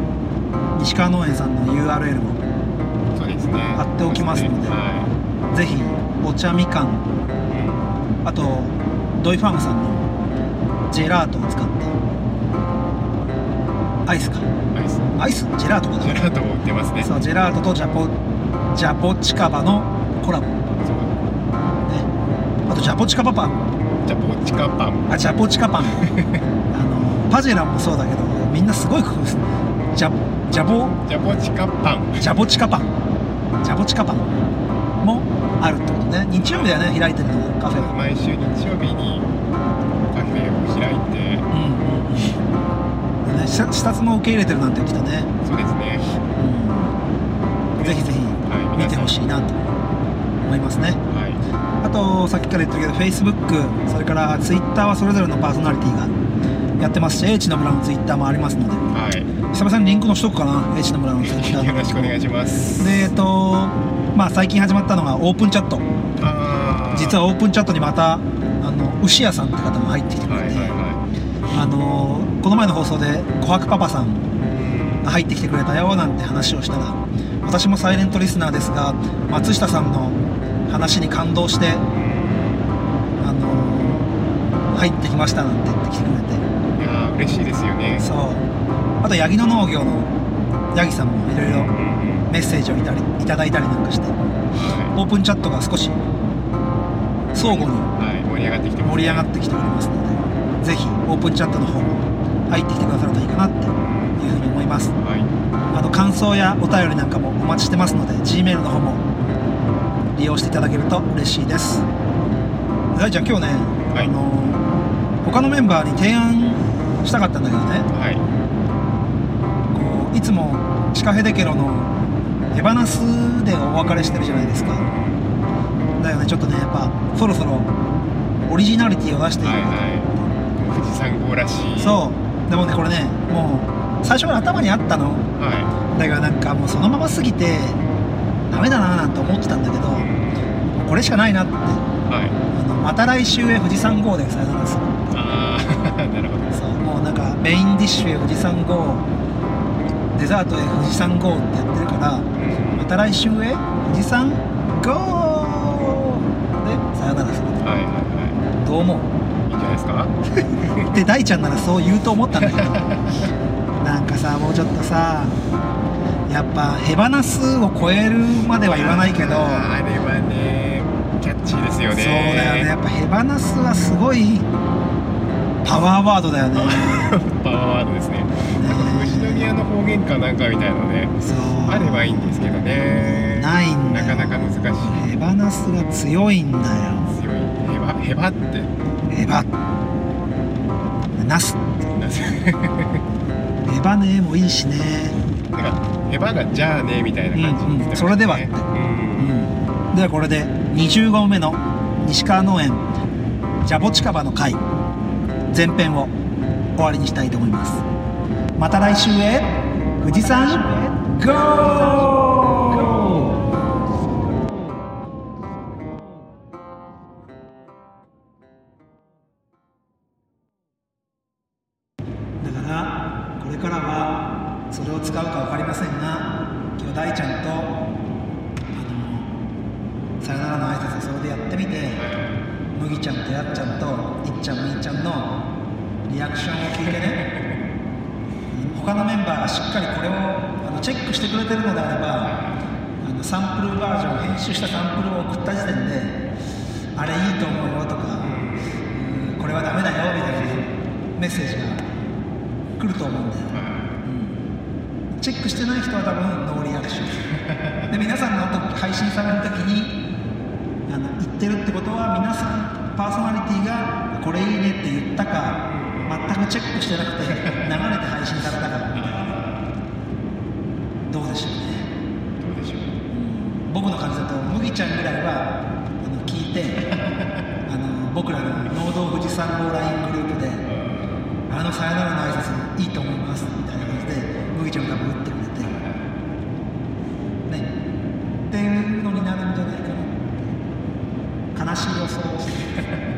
S3: 西川農園さんの URL を
S4: いそうですね
S3: 貼っておきますので
S4: は
S3: ぜひお茶みかん
S4: いうん
S3: あとドイファームさんのジェラートを使ったアイスか
S4: アイスジ
S3: アイスジェラートか
S4: ェ
S3: な
S4: ラートも売ってますね
S3: そうジェラートとジャポジャポチカバのコラボね
S4: そう
S3: あとジャポチカバパン
S4: じゃあぼっちかパン
S3: あジャポチカ パンあのパジェラもそうだけどみんなすごい工夫するジャジャボ
S4: じゃあぼっちかパン
S3: ジャボチカパンジャボチカパンもあるってことね日曜日だよね開いてるのがカフェが
S4: 毎週日曜日にカフェを開いて
S3: うんうんうんね視視察も受け入れてるなんて言ってたね、
S4: そうですね
S3: うん、ぜひぜ
S4: はい
S3: ひ見
S4: 皆
S3: て
S4: さん
S3: ほしいなと思いますね
S4: はい
S3: あとさっきから言ってるけど Facebook それから Twitter はそれぞれのパーソナリティがやってますし H の村のツイッターもありますので
S4: はい
S3: 久々にリンクのしとくかな H の村のツイ ッター
S4: よろしくお願いします
S3: でえっとまあ最近始まったのがオープンチャット
S4: あー
S3: 実はオープンチャットにまたあの牛屋さんって方も入ってきてく
S4: は
S3: れ
S4: い
S3: て、
S4: はいは
S3: あのこの前の放送で琥珀パパさん
S4: いうん
S3: 入ってきてくれたよなんて話をしたら私もサイレントリスナーですが松下さんの話に感動してあの入ってきましたなんて言ってきてくれて
S4: いやー嬉しいですよね
S3: そうあと八木の農業の八木さんもいろい
S4: う
S3: ろ
S4: んうん
S3: メッセージをいたりいただいたりなんかして
S4: は
S3: オープンチャットが少し相互に
S4: いはい盛り上がってきてます
S3: 盛り上が
S4: て
S3: ってきておりますのでぜひオープンチャットの方も入ってきてくださるといいかなっていうふうに思います
S4: はい
S3: あの感想やお便りなんかもお待ちしてますので G メールの方も利用していただけると嬉しいです大ちゃん今日ね、
S4: はい
S3: あの他のメンバーに提案したかったんだけどね
S4: はい
S3: こういつもシカヘデケロの手放すでお別れしてるじゃないですかだよねちょっとねやっぱそろそろオリジナリティを出してい
S4: はい
S3: く、
S4: はい富士山号らしい
S3: そうでもねこれねもう最初から頭にあった
S4: う
S3: の
S4: は
S3: だからなんかもうそのまま過ぎてダメだななんて思ってたんだけど
S4: いうん
S3: これしかないなってあ
S4: はい
S3: のまた来週へ富士山号でさよならする
S4: ああ なるほど
S3: そうもうなんかメインディッシュへ富士山号デザートへ富士山号ってやってるから
S4: うん
S3: また来週へ富士山号でさよならする
S4: はいはいは
S3: どう思
S4: いいいんじゃないですか
S3: うって大ちゃんならそう言うと思ったんだ けどなんかさもうちょっとさやっぱへばなすを超えるまでは言わないけど
S4: あれはねキャッチーですよね
S3: そうだよねやっぱヘバナスはすごいパワーワードだよね
S4: パワーワードですねなんか富士宮の方言かなんかみたいなのね
S3: そう
S4: あればいいんですけどね
S3: ないんだ
S4: な
S3: よ
S4: かなか難しい
S3: ヘバナスが強いんだよ
S4: 強いヘバヘバって
S3: ヘバナス
S4: なぜ
S3: ヘバねもいいしね
S4: なんかヘバがじゃあねみたいな感じになってますね、
S3: うんうんそれではって
S4: うん
S3: ではこれで20号目の西川農園ジャボチカバの会前編を終わりにしたいと思いますまた来週へ富士山 GO!「だからこれからはそれを使うか分かりませんが今日大ちゃんとあのさよならの挨拶をそれでやってみて麦ちゃんとやっちゃんといっちゃんみーちゃんのリアクションを聞いてね他のメンバーがしっかりこれをあのチェックしてくれてるのであればあのサンプルバージョン編集したサンプルを送った時点であれいいと思うよとか、うんこれはダメだよみたいなメッセージが来ると思うんだよ、うんチェックしてない人は多分ノーリアクションで皆さんの時配信される時にあの言ってるってことは皆さんパーソナリティがこれいいねって言ったか全くチェックしてなくて流れて配信されたかみたいなどうでしょうね
S4: どうでしょう
S3: 僕の感じだと麦ちゃんぐらいはあの聞いてあの僕らの農道富士山号 LINE グループで「あのさよならの挨拶いいと思います」みたいな感じで麦ちゃんが多分打ってくれてねっていうのになるんじゃないかなって悲しい予想をして